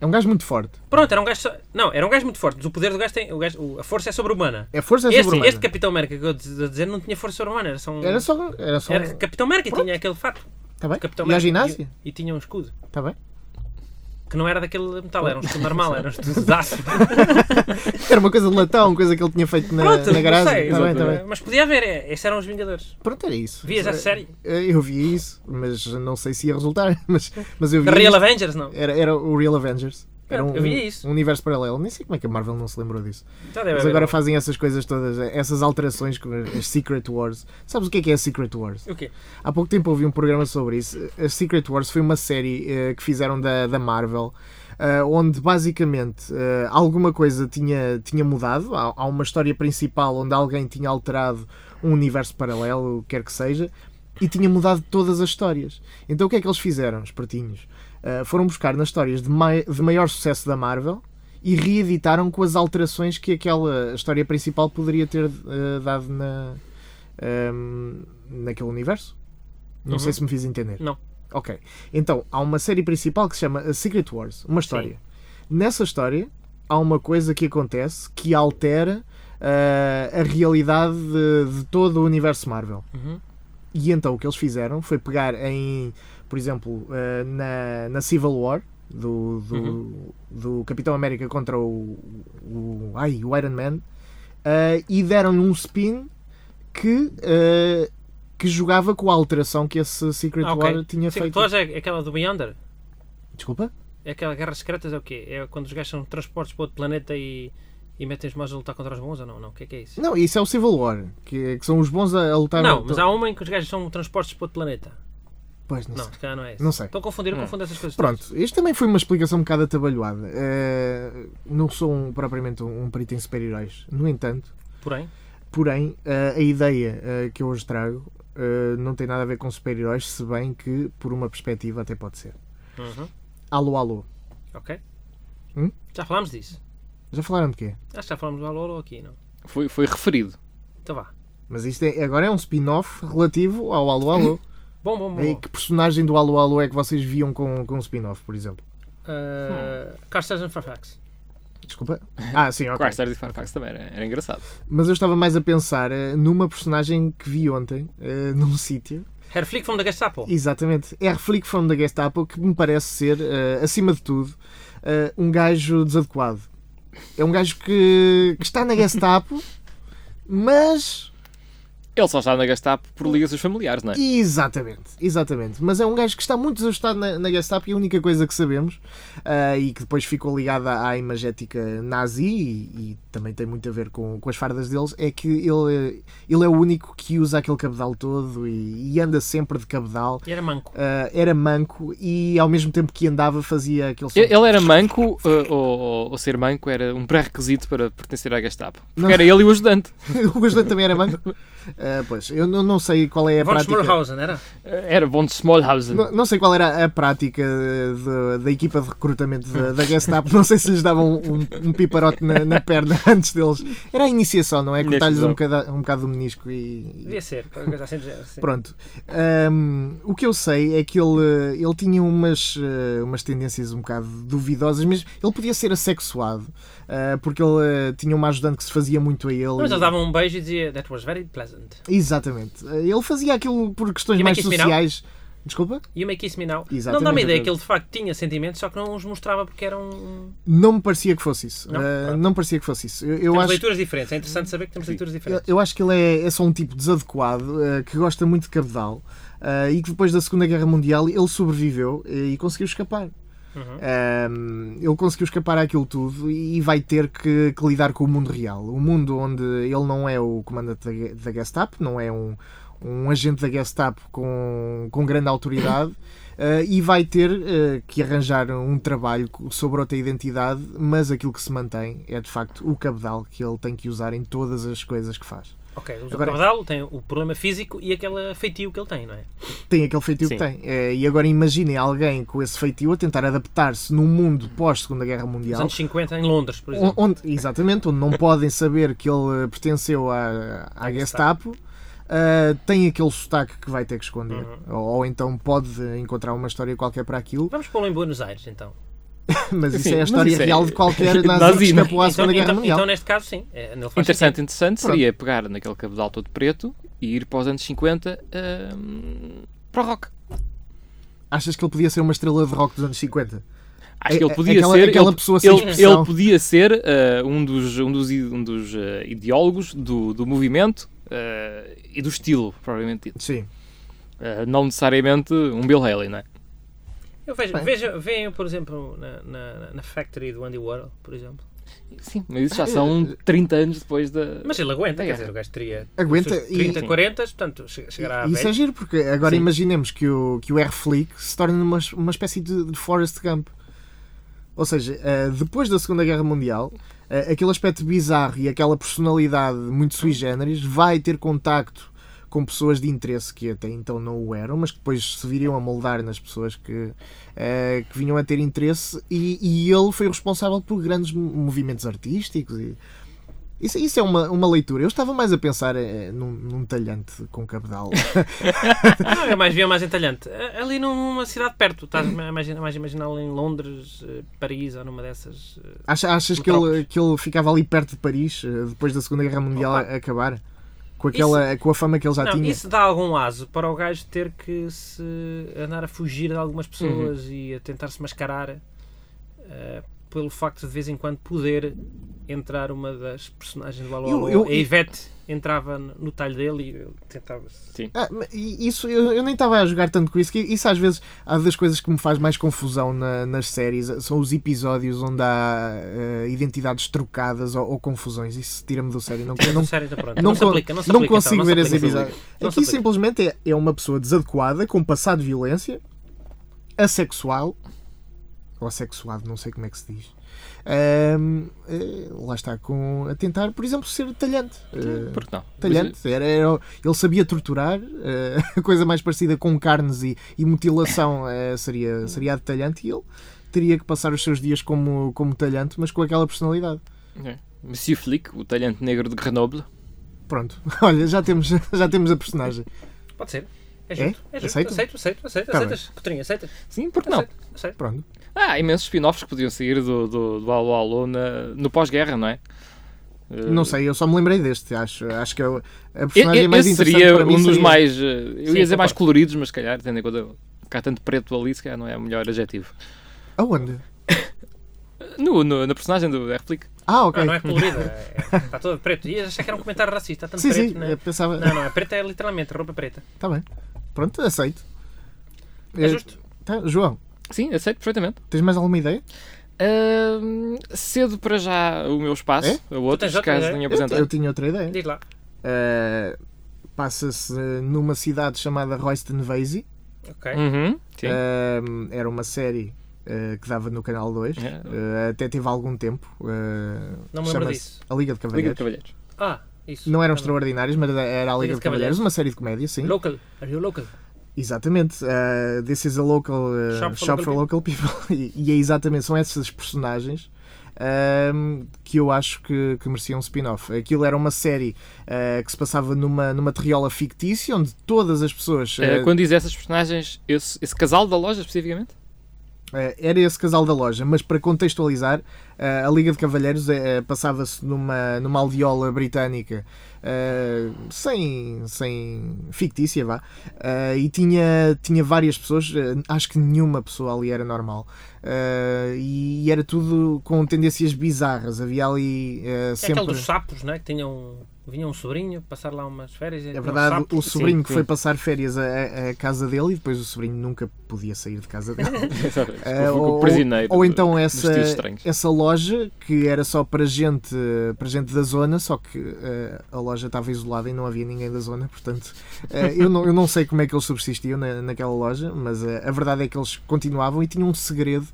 C: É um gajo muito forte.
D: Pronto, era um gajo. só- Não, era um gajo muito forte, mas o poder do gajo tem. O gajo... o- A força é sobre-humana.
C: A força é
D: Este,
C: sobre
D: este Capitão América que eu estou a dizer não tinha força sobre-humana, era só um.
C: Era só. Era só.
D: Era Capitão América e
C: Pronto.
D: tinha aquele fato.
C: Tá bem?
D: Capitão
C: E a
D: América
C: ginásio?
D: E, e tinha um escudo.
C: Está bem?
D: Que não era daquele metal, era um escudo normal, era um escudo de aço.
C: Era uma coisa de latão, uma coisa que ele tinha feito na,
D: Pronto,
C: na
D: não
C: garagem.
D: sei.
C: Está bem, tá
D: mas,
C: bem.
D: mas podia haver, é, esses eram os Vingadores.
C: Pronto, era isso.
D: Vias essa série?
C: Eh, Eu vi isso, mas não sei se ia resultar. Mas, mas eu vi
D: The Real
C: isso.
D: Avengers, não.
C: Era, era o Real Avengers. Era um,
D: É, Eu vi isso.
C: um universo paralelo. Nem sei como é que a Marvel não se lembrou disso.
D: Então deve
C: Mas
D: haver
C: agora
D: um-
C: fazem essas coisas todas, essas alterações com as Secret Wars. Sabes o que é que é a Secret Wars?
D: O quê?
C: Há pouco tempo ouvi um programa sobre isso. A Secret Wars foi uma série eh, que fizeram da, da Marvel, eh, onde basicamente eh, alguma coisa tinha, tinha mudado. Há, há uma história principal onde alguém tinha alterado um universo paralelo, o que quer que seja, e tinha mudado todas as histórias. Então o que é que eles fizeram, os pertinhos? foram buscar nas histórias de, mai- de maior sucesso da Marvel e reeditaram com as alterações que aquela história principal poderia ter eh, dado na, ehm, naquele universo. Não sei se me fiz entender.
D: Não.
C: Ok. Então, há uma série principal que se chama A Secret Wars, uma história. Nessa história, há uma coisa que acontece que altera ah, a realidade de, de todo o universo Marvel. E então o que eles fizeram foi pegar em, por exemplo, ah, na, na Civil War do, do,
D: Uhum.
C: do Capitão América contra o, o, ai, o Iron Man ah, e deram-lhe um spin que, ah, que jogava com a alteração que esse Secret
D: Ah, ok.
C: War tinha
D: Sim,
C: feito.
D: Thor é é aquela do Beyonder?
C: Desculpa?
D: É aquela guerra secretas é o quê? É quando os gajos são transportes para outro planeta e, e metem os maus a lutar contra os bons ou não? Não, o que é que é isso?
C: Não, isso é o Civil War, que, que são os bons a, a lutar.
D: Não, mas há uma em que os gajos são transportes para outro planeta.
C: Pois, não
D: Não,
C: sei.
D: se calhar não é isso.
C: Não sei.
D: Estou a confundir, eu confundo essas coisas. todas.
C: Pronto, isto também foi uma explicação um bocado atabalhoada. Eh, não sou um- propriamente um, um perito em super-heróis. No entanto,
D: Porém,
C: porém, eh, a ideia eh, que eu hoje trago eh, não tem nada a ver com super-heróis, se bem que, por uma perspectiva, até pode ser.
D: Uhum.
C: Alô, alô.
D: ok.
C: Hum?
D: Já falámos disso.
C: Já falaram de quê?
D: Acho que já falámos do Alolo aqui, não?
E: Foi, foi referido.
D: Então vá.
C: Mas isto é- agora é um spin-off relativo ao Alô Alô.
D: Bom, bom, bom.
C: E que personagem do Alô Alô é que vocês viam com, com um spin-off, por exemplo?
D: Uh, Carstairs and Fairfax.
C: Desculpa? Ah, sim, ok.
E: Okay. Stars e Firefox também era, era engraçado.
C: Mas eu estava mais a pensar eh, numa personagem que vi ontem, eh, num sítio.
D: Herr Flick from the Gestapo.
C: Exatamente. É Flick from the Gestapo que me parece ser, eh, acima de tudo, eh, um gajo desadequado. É um gajo que, que está na Gestapo, mas.
E: Ele só está na Gestapo por ligações familiares, não é?
C: Exatamente, exatamente. Mas é um gajo que está muito desajustado na, na Gestapo e é a única coisa que sabemos, ah, e que depois ficou ligada à imagética nazi e, e também tem muito a ver com, com as fardas deles, é que ele, ele é o único que usa aquele cabedal todo e, e anda sempre de cabedal.
D: E era manco.
C: Ah, era manco e ao mesmo tempo que andava fazia aquele som.
E: Ele ele era manco, eh, ou, ou- ou ser manco era um pré-requisito para pertencer à Gestapo. Porque
C: Não.
E: era ele e o ajudante.
C: o ajudante também era manco. Ah, pois, eu não, não sei qual é a
D: Von
C: prática.
D: Schmorhausen, era?
E: Eh, Era von Smallhausen.
C: Não, não sei qual era a prática de- da equipa de recrutamento da, da Gestapo, não sei se lhes davam um, um piparote na, na perna antes deles. Era a iniciação, não é? Cortar-lhes um bocado, um bocado do menisco e.
D: Devia ser. qualquer coisa assim do género, sim.
C: Pronto. Ahm, o que eu sei é que ele, ele tinha umas, eh, umas tendências um bocado duvidosas, mas ele podia ser assexuado, ah, porque ele eh, tinha uma ajudante que se fazia muito a ele.
D: Mas eles davam um beijo e dizia That was very pleasant.
C: Exatamente. Ah, Ele fazia aquilo por questões
D: E
C: mais
D: make it me now?
C: sociais. Desculpa?
D: You make kiss me now.
C: Exatamente.
D: Não dá-me a ideia que ele de facto tinha sentimentos, só que não os mostrava porque eram.
C: Não me parecia que fosse isso.
D: Não?
C: Ah,
D: Ah.
C: não me parecia que fosse isso. Eu, eu
D: temos
C: acho,
D: leituras diferentes. É interessante saber que temos leituras
C: eu,
D: diferentes.
C: eu acho que ele é, é só um tipo desadequado ah, que gosta muito de cabedal ah, e que depois da Segunda Guerra Mundial ele sobreviveu eh, e conseguiu escapar. Ahm, ele conseguiu escapar àquilo tudo e vai ter que, que lidar com o mundo real. O mundo onde ele não é o comandante da, Ge- da Gestapo, não é um, um agente da Gestapo com, com grande autoridade ah, e vai ter ah, que arranjar um trabalho co- sobre outra identidade, mas aquilo que se mantém é de facto o cabedal que ele tem que usar em todas as coisas que faz.
D: Ok, o
C: Agora-
D: Cabedal tem o problema físico e aquele feitio que ele tem, não é?
C: tem aquele feitio
E: Sim.
C: que tem. Eh, e agora imaginem alguém com esse feitio a tentar adaptar-se num mundo pós-Segunda Guerra
D: Nos
C: Mundial.
D: anos 50, em Londres, por
C: on-
D: exemplo.
C: Onde, exatamente, onde não podem saber que ele eh, pertenceu à, à Gestapo, eh, tem aquele sotaque que vai ter que esconder. Ou, ou então pode encontrar uma história qualquer para aquilo.
D: Vamos pô-lo em Buenos Aires, então.
C: Mas
E: Sim,
C: isso é a
E: mas
C: história
E: isso é-
C: real de qualquer nazi que
E: Nazi, não é?
C: escapou à Segunda Guerra
D: então,
C: Mundial.
D: então, neste caso, sim. É, não faz
E: Interessante,
D: sentido.
E: interessante seria pegar naquele cabedal todo preto e ir para os anos 50 hum, para o rock.
C: Achas que ele podia ser uma estrela de rock dos anos 50?
E: Acho
C: É-
E: que ele
C: é-
E: podia
C: aquela-
E: ser.
C: aquela
E: ele,
C: pessoa sem
E: ele-
C: expressão.
E: ele podia ser eh, um dos, um dos, i- um dos eh, ideólogos do, do movimento eh, e do estilo, provavelmente dito.
C: Sim.
E: Eh, não necessariamente um Bill Haley, não é?
D: Eu vejo,
C: Bem.
D: vejo, vejo, por exemplo, na, na, na Factory do Andy Warhol, por exemplo.
E: Sim, mas isso já
C: Eh,
E: são 30 anos depois da.
D: Mas ele aguenta,
E: É.
D: quer dizer, o gajo teria
C: Aguenta
D: os seus
C: e-
D: 30, 40, portanto, che- chegará a
C: E Isso é
D: velho.
C: giro, porque agora
E: Sim.
C: imaginemos que o, que o R-Flick se torne uma, uma espécie de, de Forrest Gump. Ou seja, eh, depois da Segunda Guerra Mundial, eh, aquele aspecto bizarro e aquela personalidade muito sui generis vai ter contacto com pessoas de interesse que até então não o eram, mas que depois se viriam a moldar nas pessoas que, eh, que vinham a ter interesse, e, e ele foi o responsável por grandes mo- movimentos artísticos. e- isso, isso é uma, uma leitura. Eu estava mais a pensar eh, num, num talhante com cabedal.
D: Ah, eu mais via mais entalhante. Ali numa cidade perto, estás a imaginar, mais a imaginar ali em Londres, eh, Paris ou numa dessas. eh,
C: Acha- achas que ele, que ele ficava ali perto de Paris eh, depois da Segunda Guerra Mundial
D: Opa.
C: a- acabar? Com, aquela, com a fama que ele já
D: Não,
C: tinha?
D: isso dá algum aso para o gajo ter que se andar a fugir de algumas pessoas e a tentar se mascarar eh, pelo facto de, de vez em quando poder entrar uma das personagens do Alô
C: Eu-
D: Alô.
C: eu-
D: a Ivete entrava no no talho dele e ele tentava se
C: Ah, mas i- isso eu, eu nem estava a jogar tanto com isso. Que isso às vezes, há das coisas que me faz mais confusão na- nas séries eh, são os episódios onde há eh, identidades trocadas ou, ou confusões. Isso tira-me do sério. Não, eu não,
D: Sério, então pronto.
C: não,
D: Não, se
C: con-
D: aplica, não se
C: não
D: aplica, então,
C: consigo
D: não se
C: ver as
D: aplica.
C: episódios.
D: Não
C: Aqui
D: se aplica.
C: simplesmente é, é uma pessoa desadequada, com passado de violência, assexual, ou assexuado, não sei como é que se diz. Ahm, eh, lá está com a tentar, por exemplo, ser talhante. Eh,
E: Porque não?
C: talhante,
D: é.
C: era, era- ele sabia torturar, eh, a coisa mais parecida com carnes e, e mutilação eh, seria, seria a de talhante, e ele teria que passar os seus dias como, como talhante, mas com aquela personalidade.
E: Mas, é. Monsieur Flick, o talhante negro de Grenoble.
C: Pronto, olha, já temos, já temos a personagem.
D: Pode ser. É justo. É, justo.
C: Aceito?
D: Aceito, aceito, aceito. aceito.
C: Tá
D: aceitas? Cotrinha, aceitas?
E: Sim, porque não?
D: Aceito, aceito.
C: Pronto.
E: Ah, há imensos spin-offs que podiam sair do, do, do Alô Alô na- no pós-guerra, não é? Eh,
C: Não sei, eu só me lembrei deste, acho. Acho que é o- a
E: E-
C: personagem
E: e-
C: mais
E: esse
C: interessante
E: seria
C: para mim
E: um dos
C: seria-
E: mais, eh, eu ia dizer mais
D: concordo.
E: coloridos, mas se calhar, tendo em conta que há tanto preto ali, se calhar não é o melhor adjetivo.
C: Aonde?
E: No, no- na personagem do Replic.
C: Ah, ok.
D: Não, não é colorida. é- é- Está toda de preto. Ias achar que era um comentário racista. Está tanto
C: Sim,
D: preto,
C: sim,
D: né?
C: eu pensava.
D: Não, não. É preta é literalmente roupa preta.
C: Está bem. Pronto, aceito.
D: É justo.
C: Tá, João,
E: Sim, aceito perfeitamente.
C: tens mais alguma ideia?
E: Ahm, cedo para já o meu espaço,
C: É?
E: a outros,
D: tens outra
E: caso
D: ideia?
E: tenha
C: Eu,
E: apresentado.
C: eu tinha outra ideia.
D: Diz lá.
C: Eh, Passa-se numa cidade chamada Royston Vasey.
D: Ok.
E: Uhum, sim.
C: Eh, era uma série eh, que dava no Canal 2.
E: É.
C: Eh, até teve algum tempo. Eh,
D: Não me lembro
C: chama-se
D: disso.
C: A Liga de
E: Liga de
C: Cavalheiros.
E: Cavalheiros.
D: Ah, isso.
C: Não um eram
D: Tá bem.
C: extraordinários, mas era a Liga, de Cavalheiros, uma série de comédia, sim.
D: Local. Are you local? É
C: Exatamente. Uh, this is a local uh, shop,
D: Shop
C: for,
D: for
C: local people. E, e é exatamente, são essas personagens um, que eu acho que, que mereciam um spin-off. Aquilo era uma série uh, que se passava numa, numa terriola fictícia onde todas as pessoas.
E: Eh,
C: uh,
E: quando diz essas personagens, esse, esse casal da loja especificamente?
C: Eh, era esse casal da loja, mas para contextualizar, eh, a Liga de Cavalheiros eh, passava-se numa, numa aldeola britânica eh, sem, sem fictícia, vá, eh, e tinha, tinha várias pessoas, eh, acho que nenhuma pessoa ali era normal, Eh, e era tudo com tendências bizarras. Havia ali eh,
D: É aquele
C: sempre.
D: dos sapos, né? Que tinham... Vinha um sobrinho passar lá umas férias. um
C: É verdade, o sobrinho
E: Sim,
C: que
E: sim.
C: foi passar férias à, à casa dele e depois o sobrinho nunca podia sair de casa dele.
E: Confundo com o prisioneiro.
C: É, ou
E: É do-
C: então essa,
E: tios estranhos.
C: essa loja que era só para gente, para gente da zona, só que eh, a loja estava isolada e não havia ninguém da zona, portanto eh, eu, não, eu não sei como é que eles subsistiam na, naquela loja, mas eh, a verdade é que eles continuavam e tinham um segredo,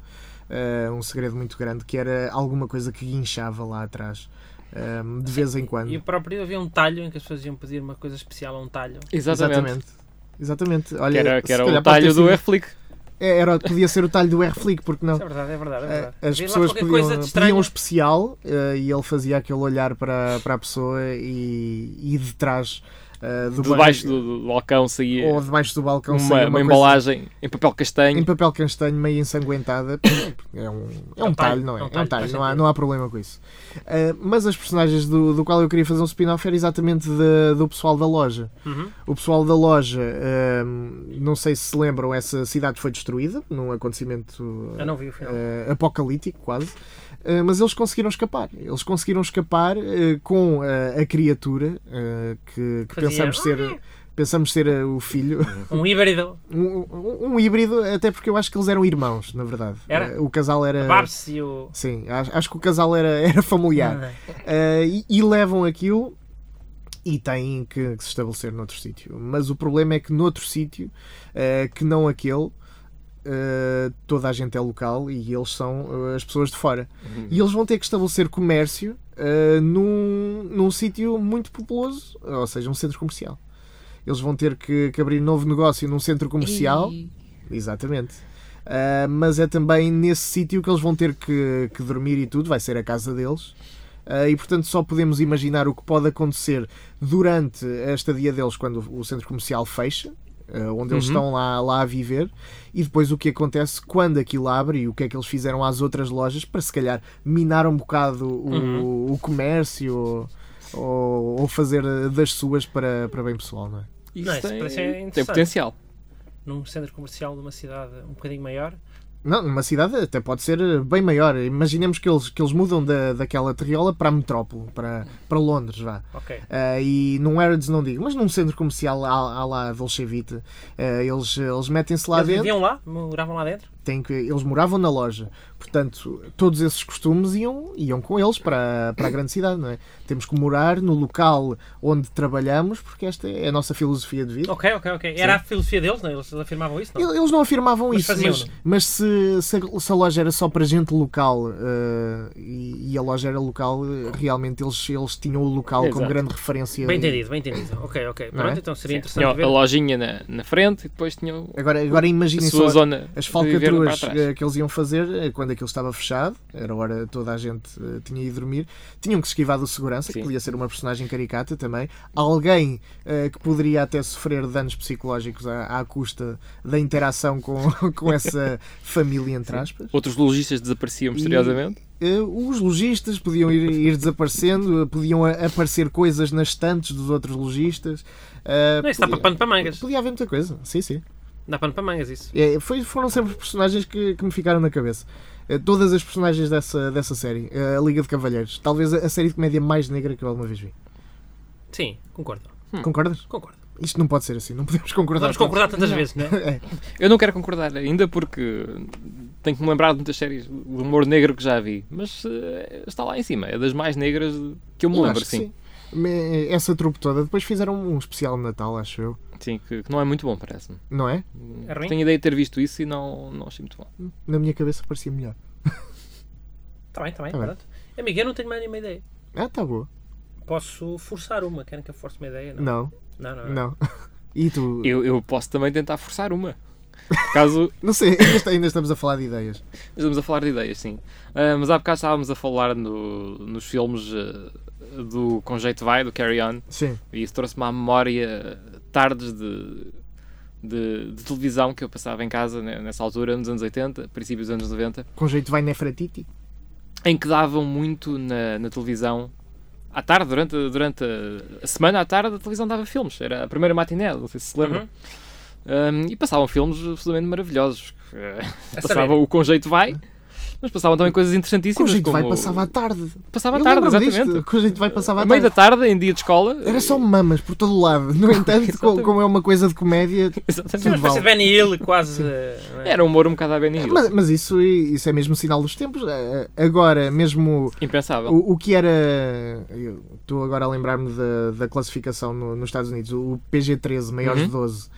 C: eh, um segredo muito grande, que era alguma coisa que guinchava lá atrás. eh, de vez em quando.
D: E o próprio havia um talho em que as pessoas iam pedir uma coisa especial a um talho.
E: Exatamente.
C: Exatamente. Olha,
E: Que era, que
C: se
E: era
C: calhar
E: o
C: pode ter
E: talho do
C: sido-
E: Replic.
C: É, Era, podia ser o talho do R-Flick, porque não?
D: Isso é verdade, é verdade. É
C: Eh,
D: verdade.
C: As
D: Havia lá
C: pessoas
D: qualquer
C: pediam,
D: coisa de estranho.
C: pediam um especial eh, e ele fazia aquele olhar para, para a pessoa e, e de trás ah, do
E: Debaixo
C: barriga-
E: do, do balcão saía
C: ou debaixo do balcão saía
E: uma, uma,
C: coisa
E: embalagem em papel castanho.
C: em papel castanho meio ensanguentada é um, é um talho, não é? É um talho, não há, não há problema com isso. Ah, mas as personagens do, do qual eu queria fazer um spin-off era exatamente da- do pessoal da loja.
D: Uhum.
C: O pessoal da loja, ah, não sei se se lembram, essa cidade foi destruída num acontecimento
D: Eu não vi o final.
C: eh, apocalíptico quase. Eh, mas eles conseguiram escapar. Eles conseguiram escapar eh, com eh, a criatura eh, que, que
D: Fazia-
C: pensamos ser, pensamos ser eh, o filho.
D: Um híbrido.
C: Um, um- um híbrido, até porque eu acho que eles eram irmãos, na verdade.
D: Era?
C: Eh, o casal era.
D: Babs e o.
C: Sim, acho, acho que o casal era, era familiar.
D: Nada.
C: Eh, e, e levam aquilo e têm que, que se estabelecer noutro sítio. Mas o problema é que noutro sítio, eh, que não aquele, eh, toda a gente é local e eles são eh, as pessoas de fora. E eles vão ter que estabelecer comércio eh, num, num sítio muito populoso, ou seja, um centro comercial. Eles vão ter que, que abrir novo negócio num centro comercial. Exatamente. Ah, mas é também nesse sítio que eles vão ter que, que dormir e tudo, vai ser a casa deles. Ah, e portanto só podemos imaginar o que pode acontecer durante a estadia deles quando o centro comercial fecha, ah, onde eles estão lá, lá a viver, e depois o que acontece quando aquilo abre e o que é que eles fizeram às outras lojas para se calhar minar um bocado o, o comércio ou, ou- ou fazer das suas para, para bem pessoal, não é?
E: Isso,
D: Não, isso
E: tem,
D: parece
E: tem
D: interessante.
E: potencial.
D: Num centro comercial de uma cidade um bocadinho maior.
C: Não, numa cidade até pode ser bem maior. Imaginemos que eles, que eles mudam da, daquela terriola para a metrópole, para, para Londres, vá.
D: Ok.
C: Ah, e num Harrods não digo, mas num centro comercial à, à lá Dolce Vita, ah, eles, eles metem-se lá
D: Eles
C: dentro.
D: viviam lá? Moravam lá dentro?
C: Têm que, eles moravam na loja. Portanto, todos esses costumes iam, iam com eles para, para a grande cidade, não é? Temos que morar no local onde trabalhamos, porque esta é a nossa filosofia de vida.
D: Ok, ok, ok. Era a filosofia deles, não? é? Eles afirmavam isso, não?
C: Ele- Eles não afirmavam
D: Mas é?
C: isso,
D: faziam-no.
C: mas, mas se, se, a, se a loja era só para gente local eh, e, e a loja era local, eh, realmente eles, eles tinham o local como
E: Exato.
C: grande referência.
D: Bem entendido, bem entendido. Ok, ok.
C: Não
D: Pronto,
C: é?
D: então seria
E: Tinha
D: interessante
E: a
D: ver.
E: lojinha na, na frente e depois tinha o-
C: Agora, agora
E: a
C: imaginem
E: sua
C: só
E: zona.
C: as
E: de viver
C: falcatruas
E: para trás.
C: eh, que eles iam fazer eh, quando aquilo estava fechado, era hora toda a gente eh, tinha ido dormir. Tinham que se esquivar do segurança,
E: Sim.
C: que podia ser uma personagem caricata também. Alguém eh, que poderia até sofrer danos psicológicos à, à custa da interação com, com essa família, entre aspas.
E: Outros lojistas desapareciam misteriosamente.
C: Eh, os lojistas podiam ir, ir desaparecendo, eh, podiam a- aparecer coisas nas estantes dos outros lojistas. eh,
E: é
D: Não, isso dá para
C: podia,
D: pano para mangas.
C: podia haver muita coisa, sim, sim.
D: Dá pano para mangas isso.
C: É, foi- foram sempre personagens que, que me ficaram na cabeça. Eh, Todas as personagens dessa, dessa série, eh, a Liga de Cavalheiros, talvez a a série de comédia mais negra que eu alguma vez vi.
D: Sim, concordo.
E: Hum.
C: Concordas?
D: Concordo.
C: Isto não pode ser assim, não podemos concordar.
D: Vamos concordar tantas vezes, não é?
E: Eu não quero concordar ainda porque tenho que me lembrar de muitas séries do humor negro que já vi, mas eh, está lá em cima, é das mais negras que eu me
C: Eu
E: lembro,
C: acho que
E: sim.
C: sim. Me- Essa trupe toda, depois fizeram um especial de Natal, acho eu,
E: Sim, que, que não é muito bom, parece-me.
C: não é?
D: É ruim?
E: Tenho ideia de ter visto isso e não, não achei muito bom.
C: Na minha cabeça parecia melhor.
D: Está bem, está bem,
C: Tá bem.
D: pronto. Amigo, eu não tenho mais nenhuma ideia.
C: Ah, tá boa.
D: Posso forçar uma, querem que eu force uma ideia? Não,
C: Não,
D: não, não. não.
C: não. E tu?
E: Eu, eu posso também tentar forçar uma. Caso
C: Não sei, ainda est- ainda estamos a falar de ideias.
E: estamos a falar de ideias, sim. Ah, mas há bocado estávamos a falar no- nos filmes ah, do Conjeito Vai, do Carry On,
C: Sim.
E: E isso trouxe-me à memória tardes de, de, de televisão que eu passava em casa né, nessa altura, nos anos 80, princípios dos anos 90,
C: Com jeito vai Nefertiti.
E: em que davam muito na, na televisão à tarde, durante, durante a- a semana à tarde, a televisão dava filmes. Era a primeira matiné, não sei se se
D: Uhum.
E: lembram. Um, e passavam filmes absolutamente maravilhosos. passavam o Conjeito Vai, mas passavam também coisas
C: Com
E: interessantíssimas.
C: jeito vai
E: como-
C: passava à tarde.
E: Passava à
C: Eu
E: tarde,
C: lembro-me
E: exatamente.
C: disto, Com jeito vai passava
E: A
C: à
E: meio da
C: tarde.
E: tarde, em dia de escola.
C: Era só mamas por todo o lado. No entanto, co- como é uma coisa de comédia.
E: eh, Exatamente.
D: Sim, uma espécie
C: Vale.
D: de Benny Hill, quase. eh, não é?
E: Era um humor um bocado à Ben Hill.
C: Mas, mas isso, isso é mesmo sinal dos tempos. Eh, Agora, mesmo
E: Impensável.
C: O, o que era. eu Estou agora a lembrar-me da, da classificação no- nos Estados Unidos, o PG-13, maiores
E: Uhum.
C: de 12.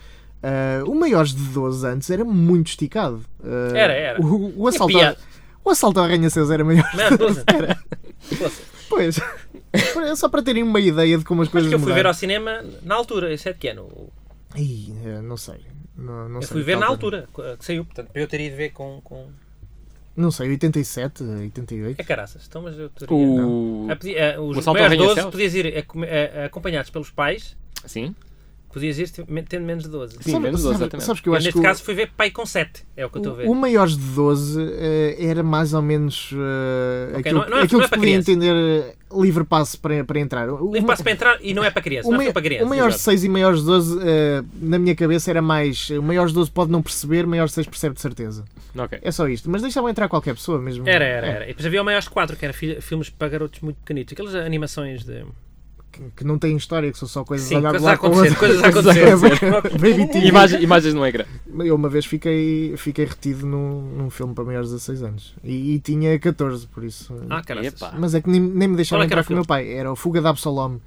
C: Ah, o maiores de 12 antes era muito esticado. Ah,
D: Era, era.
C: O, o
D: Tinha
C: assalto,
D: piada.
C: ao- o assalto ao arranha-céus era maior.
D: Mas, doze. Doze.
C: Pois. Só para terem uma ideia de como as
D: Acho
C: coisas
D: que eu fui ver
C: mudaram.
D: ao cinema na altura, esse é de que ano?
C: Ih, eh, não sei. Não, não
D: Eu
C: sei
D: fui
C: de
D: ver
C: que
D: na altura que saiu, portanto, para eu ter ido ver com. com...
C: Não sei, 87, 88.
D: É caraças, então, mas eu teria.
E: O...
D: A pedi- a- é, os
E: O assalto ao
D: maiores de 12
E: arranha-céus?
D: podias ir a come- a- a acompanhados pelos pais
E: Sim,
D: Podias ir te- tendo menos de 12.
E: sim,
C: Sabe-
E: menos 12,
C: sabe-
E: exatamente.
C: Sabes que
D: Eu,
C: eu acho
D: neste
C: que o-
D: caso fui ver pai com 7, é o que eu estou a ver.
C: o, o maiores de 12 eh, era mais ou menos eh,
D: Ok,
C: aquilo,
D: não é- não é-
C: aquilo
D: não
C: que se
D: é para
C: podia
D: criança.
C: entender eh, livre passo para, para entrar. O-
D: Livre passo para entrar e não é para criança,
C: O,
D: não
C: mai-
D: é para criança.
C: o maior de
D: exato.
C: 6 e maior de 12, eh, na minha cabeça, era mais. O maior de 12 pode não perceber, o maior de 6 percebe de certeza.
E: Ok.
C: É só isto. Mas deixavam entrar qualquer pessoa mesmo. É,
D: Era, era, era. E depois havia o maior de 4, que era fi- filmes para garotos muito pequenitos. Aquelas animações de.
C: Que, que não tem história, que são só coisas
D: Sim,
C: a olhar
D: coisas
C: de
D: a
C: lado para o
D: acontecer,
C: outro.
D: coisas a acontecer.
C: Baby TV.
E: Imagem- imagens é no ecrã.
C: Eu uma vez fiquei, fiquei retido num, num filme para maiores de 16 anos. E, e tinha 14, por isso. eh,
D: Ah, caralho.
E: Epá.
C: Mas é que nem, nem me deixaram
D: Qual é que
C: entrar
D: era o
C: com o meu pai. Era o Fuga de Absalom.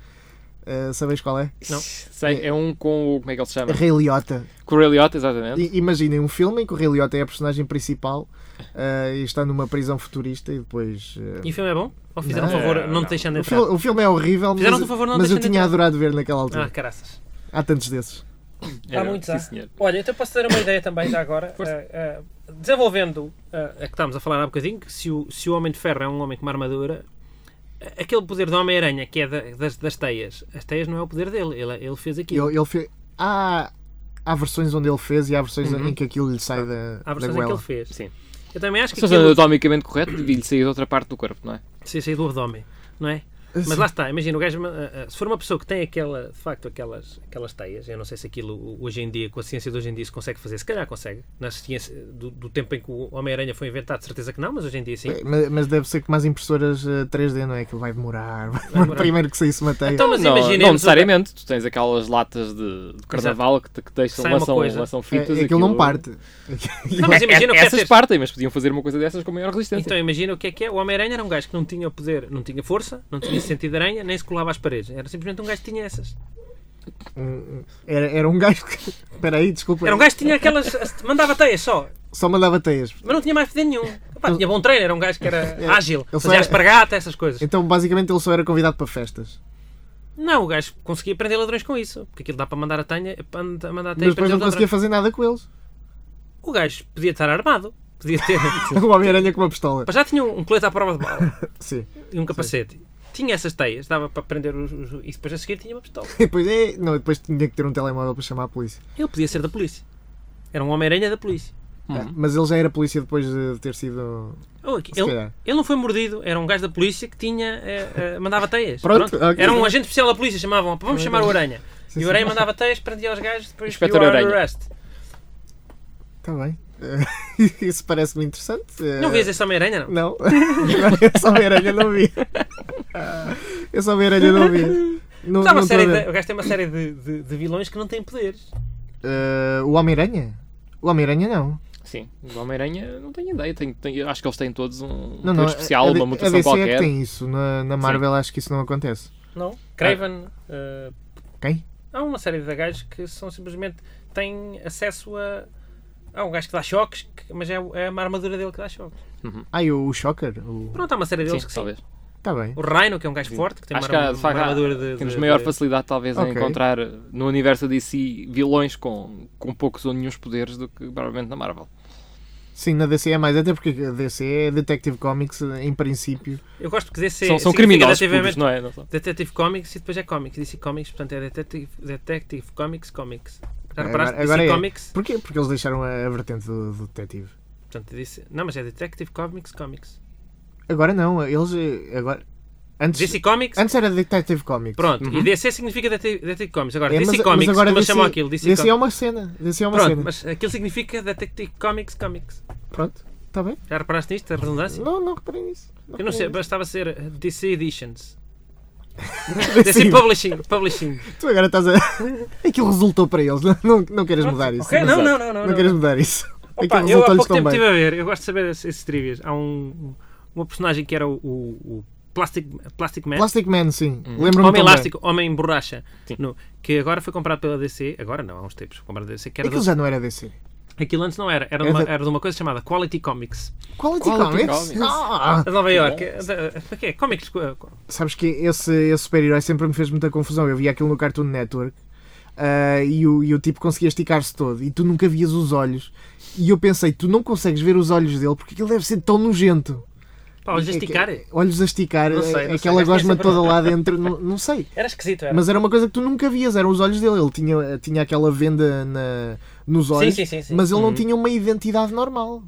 C: Ah, sabes qual é?
D: Não.
E: Sei, é um com o. Como é que ele se chama?
C: Ray Liotta.
E: Com o Ray Liotta, exatamente.
C: I- Imaginem um filme em que o Ray Liotta é a personagem principal ah, e está numa prisão futurista e depois. ah,
D: E o filme é bom? Ou fizeram um
C: Não,
D: favor, não
E: não.
D: te deixando
C: o,
D: entrar?
C: fil- o filme é horrível, mas,
D: Fizeram-te um favor, não
C: mas eu
D: deixando
C: tinha
D: entrar.
C: adorado ver naquela
D: Ah,
C: altura.
D: caraças.
C: Há tantos desses.
D: Há
E: Era,
D: muitos,
E: sim,
D: há.
E: senhor.
D: Olha, então posso dar uma ideia também já agora.
E: Força.
D: Ah, ah, desenvolvendo ah, a que estávamos a falar há bocadinho, que se o, se o Homem de Ferro é um homem com uma armadura, ah, aquele poder do Homem-Aranha, que é da- das, das teias, as teias não é o poder dele, ele, ele fez aquilo.
C: Ele, ele fe- há, há versões onde ele fez e há versões em que aquilo lhe sai da,
D: Uhum.
C: da
D: Há versões em que
C: goela.
D: ele fez.
E: Sim.
D: Eu também acho que
E: Se fosse
D: aquilo
E: anatomicamente correto, devia-lhe sair de outra parte do corpo, não é?
D: se sair do abdômen, não é? Mas lá está, imagina, o gajo, ah, ah, se for uma pessoa que tem aquela, de facto, aquelas, aquelas teias, eu não sei se aquilo hoje em dia, com a ciência de hoje em dia, se consegue fazer, se calhar consegue, na ciência do, do tempo em que o Homem-Aranha foi inventado, de certeza que não, mas hoje em dia sim.
C: É, Mas, mas deve ser que mais impressoras eh, 3D, não é? Que vai demorar.
D: demorar.
C: Primeiro que saísse uma teia.
D: Então, mas
E: não,
D: imaginemos
E: não
D: o- é
E: necessariamente. Tu tens aquelas latas de, de carnaval que, te- que deixam,
D: Sai uma
E: lançam,
D: coisa.
E: lançam
C: É,
E: fitas.
C: aquilo, não parte.
D: Não, mas imagina o que é
E: Essas
D: ter.
E: partem, mas podiam fazer uma coisa dessas com maior resistência.
D: Então imagina o que é que é. O Homem-Aranha era um gajo que não tinha poder, não tinha força, não tinha sentido de aranha, nem se colava às paredes. Era simplesmente um gajo que tinha essas.
C: Era, era um gajo que. Espera aí, desculpa.
D: Era um gajo que tinha aquelas. mandava teias só,
C: Só mandava teias.
D: mas não tinha mais poder nenhum.
C: Então-
D: Epá, tinha bom treino, era um gajo que era ágil,
C: só
D: fazia
C: era-
D: espargata, essas coisas.
C: É, Então, basicamente, ele só era convidado para festas.
D: Não, o gajo conseguia prender ladrões com isso, porque aquilo dá para mandar a tenha, para mandar a
C: Mas
D: teia e
C: depois
D: prender
C: não
D: os
C: conseguia
D: ladrões.
C: fazer nada com eles.
D: O gajo podia estar armado, podia ter.
C: O Homem-Aranha com uma pistola.
D: Mas já tinha um um colete à prova de bala
C: Sim.
D: e um capacete. Tinha essas teias, dava para prender os, os- E depois a seguir tinha uma pistola.
C: E depois, é, não, depois tinha que ter um telemóvel para chamar a polícia.
D: Ele podia ser da polícia. Era um Homem-Aranha da polícia.
C: É, Mas ele já era polícia depois de ter sido.
D: Oh, aqui-
C: Se
D: ele,
C: calhar.
D: ele não foi mordido, era um gajo da polícia que tinha. eh, eh, mandava teias.
C: Pronto, ok.
D: Era um agente especial da polícia, chamavam vamos chamar o Aranha.
C: Sim,
D: e
C: sim.
D: o Aranha mandava teias, prendia os gajos, depois
E: Inspetor
D: you are
E: Aranha.
D: arrest.
C: Está Tá bem. Eh, Isso parece-me interessante. Eh,
D: Não vês esse Homem-Aranha, não?
C: Não, essa Homem-Aranha não vi. Essa Homem-Aranha não vi. Não,
D: Mas há uma
C: não
D: série
C: tô a ver.
D: de- o gajo tem uma série de, de- de vilões que não têm poderes.
C: Eh, o Homem-Aranha? O Homem-Aranha não.
D: Então-
E: Sim, o Homem-Aranha não tenho ideia. Tenho, tenho- acho que eles têm todos um
C: Não,
E: poder
C: não.
E: especial,
C: a, D-
E: uma
C: a
E: mutação
C: DC é
E: qualquer.
C: que tem isso. Na, na Marvel acho que isso não acontece.
D: Não? Craven. eh,
C: Quem?
D: há uma série de gajos que são simplesmente. têm acesso a. Há um gajo que dá choques, que- mas é, é a armadura dele que dá choques.
C: Ah, e o, o Shocker? O...
D: Pronto, há uma série deles
E: Sim,
D: que sim.
E: talvez.
C: Tá bem.
D: O Rhino, que é um gajo forte, que tem
E: acho
D: uma,
E: que há,
D: arma-
E: de facto,
D: uma
E: há-
D: armadura de.
E: temos
D: de-
E: maior
D: de-
E: facilidade, talvez,
C: Ok.
E: em encontrar no universo DC vilões com, com poucos ou nenhums poderes do que provavelmente na Marvel.
C: Sim, na DC é mais. Até porque a DC é Detective Comics, eh, em princípio.
D: Eu gosto que DC
E: são são
D: significa
E: criminosos
D: relativamente
E: puros, não é? Não são.
D: Detective Comics e depois é Comics. DC Comics, portanto é Detective, Detective Comics Comics. Já
C: Agora-
D: reparaste?
C: agora é.
D: DC Comics,
C: Porquê? Porque eles deixaram a, a vertente do, do Detetive.
D: portanto, DC, não, mas é Detective Comics Comics.
C: Agora não, eles. eh, Agora... Antes,
D: DC Comics,
C: antes era Detective Comics.
D: pronto.
E: Uhum.
D: E DC significa Detective, Detective Comics. Agora,
C: É,
D: DC
C: mas- mas
D: Comics,
C: agora
D: como eles
C: DC
D: chamam aquilo? DC,
C: DC é
D: Comics.
C: uma cena. DC é uma
D: Pronto,
C: cena.
D: mas aquilo significa Detective Comics Comics.
C: Pronto, está bem.
D: Já reparaste nisto? A redundância?
C: Não, não reparei nisso.
D: Eu não sei,
C: reparei
D: bastava ser eh, DC Editions.
C: nisso.
D: DC Publishing. Publishing.
C: Tu agora estás a. Aquilo resultou para eles, não, não, não queres mudar isso.
D: Ok,
C: não,
D: não,
E: Exato.
D: não, não. não, não.
C: queres mudar isso.
D: Opa,
C: Aquilo
D: eu há
C: resultou-lhes
D: pouco
C: tão
D: tempo
C: bem.
D: estive a ver, eu gosto de saber esses, esses trivias. Há um, uma personagem que era o, o, o Plastic, Plastic Man,
C: Plastic Man, sim. Lembro-me
D: É? Hum. Homem
C: também.
D: Elástico, Homem Borracha,
E: Sim.
D: no- que agora foi comprado pela DC, agora não, há uns tempos foi comprado pela DC, que era
C: Aquilo
D: do-
C: já não era DC.
D: aquilo antes não era, era,
C: É
D: de uma,
C: da-
D: era de uma coisa chamada Quality Comics,
C: Quality,
E: Quality
C: Comics?
E: Comics.
C: Ah,
D: de Nova York. que é? Comics. co- co-
C: sabes que esse, esse super-herói sempre me fez muita confusão. Eu via aquilo no Cartoon Network. ah, e, o, e o tipo conseguia esticar-se todo e tu nunca vias os olhos e eu pensei, tu não consegues ver os olhos dele porque aquilo deve ser tão nojento
D: Pá, olhos a esticar?
C: É que- Olhos a esticar,
D: Não sei, não
C: aquela
D: sei.
C: gosma toda lá dentro, não, não sei.
D: Era esquisito, era.
C: Mas era uma coisa que tu nunca vias, eram os olhos dele. Ele tinha, tinha aquela venda na- nos olhos,
D: sim, sim, Uhum. sim.
C: mas ele não tinha uma identidade normal.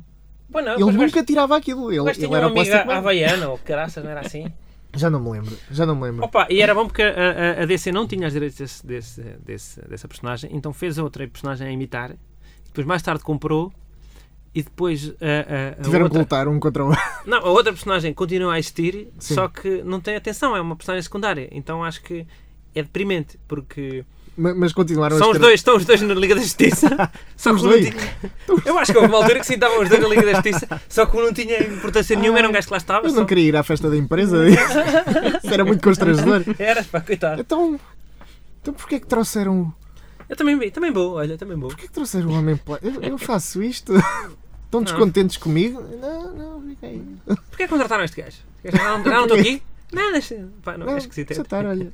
D: Pô, não,
C: Ele
D: mas
C: nunca tirava aquilo. Ele,
D: Mas
C: ele
D: tinha
C: era
D: uma
C: o Plastic
D: amiga
C: Man.
D: havaiana ou caraças, não era assim?
C: Já não me lembro, já não me lembro.
D: Opa, e era bom porque a, a- a DC não tinha os direitos desse- desse- desse- dessa personagem, então fez outra personagem a imitar, depois mais tarde comprou e depois a, a- a
C: Tiveram que
D: é outra,
C: lutar um contra o outro.
D: não, a outra personagem continua a existir,
C: Sim.
D: só que não tem atenção, é uma personagem secundária, então acho que é deprimente, porque
C: Mas mas continuaram a
D: são os
C: escrever.
D: dois, estão os dois na Liga da Justiça, só
C: Os
D: que um
C: dois.
D: não tinha- Eu acho que houve uma altura que sim estavam os dois na Liga da Justiça, só que um não tinha importância nenhuma, era um gajo que lá estava.
C: Eu
D: Só...
C: não queria ir à festa da empresa. Isso era muito constrangedor.
D: Era, pá, coitado.
C: Então, então porquê que trouxeram.
D: Eu também vi, também vou, olha, também vou.
C: Porquê que trouxeram o homem pla- eu, eu faço isto? Estão
D: Não.
C: descontentes comigo? Não, não, fica aí.
D: Porquê contrataram este gajo? Este gajo, "Ah, não- ah, não estou aqui? Não, deixa. Pá, não, é tipo-
C: Não,
D: esquisito.
C: já tá, olha.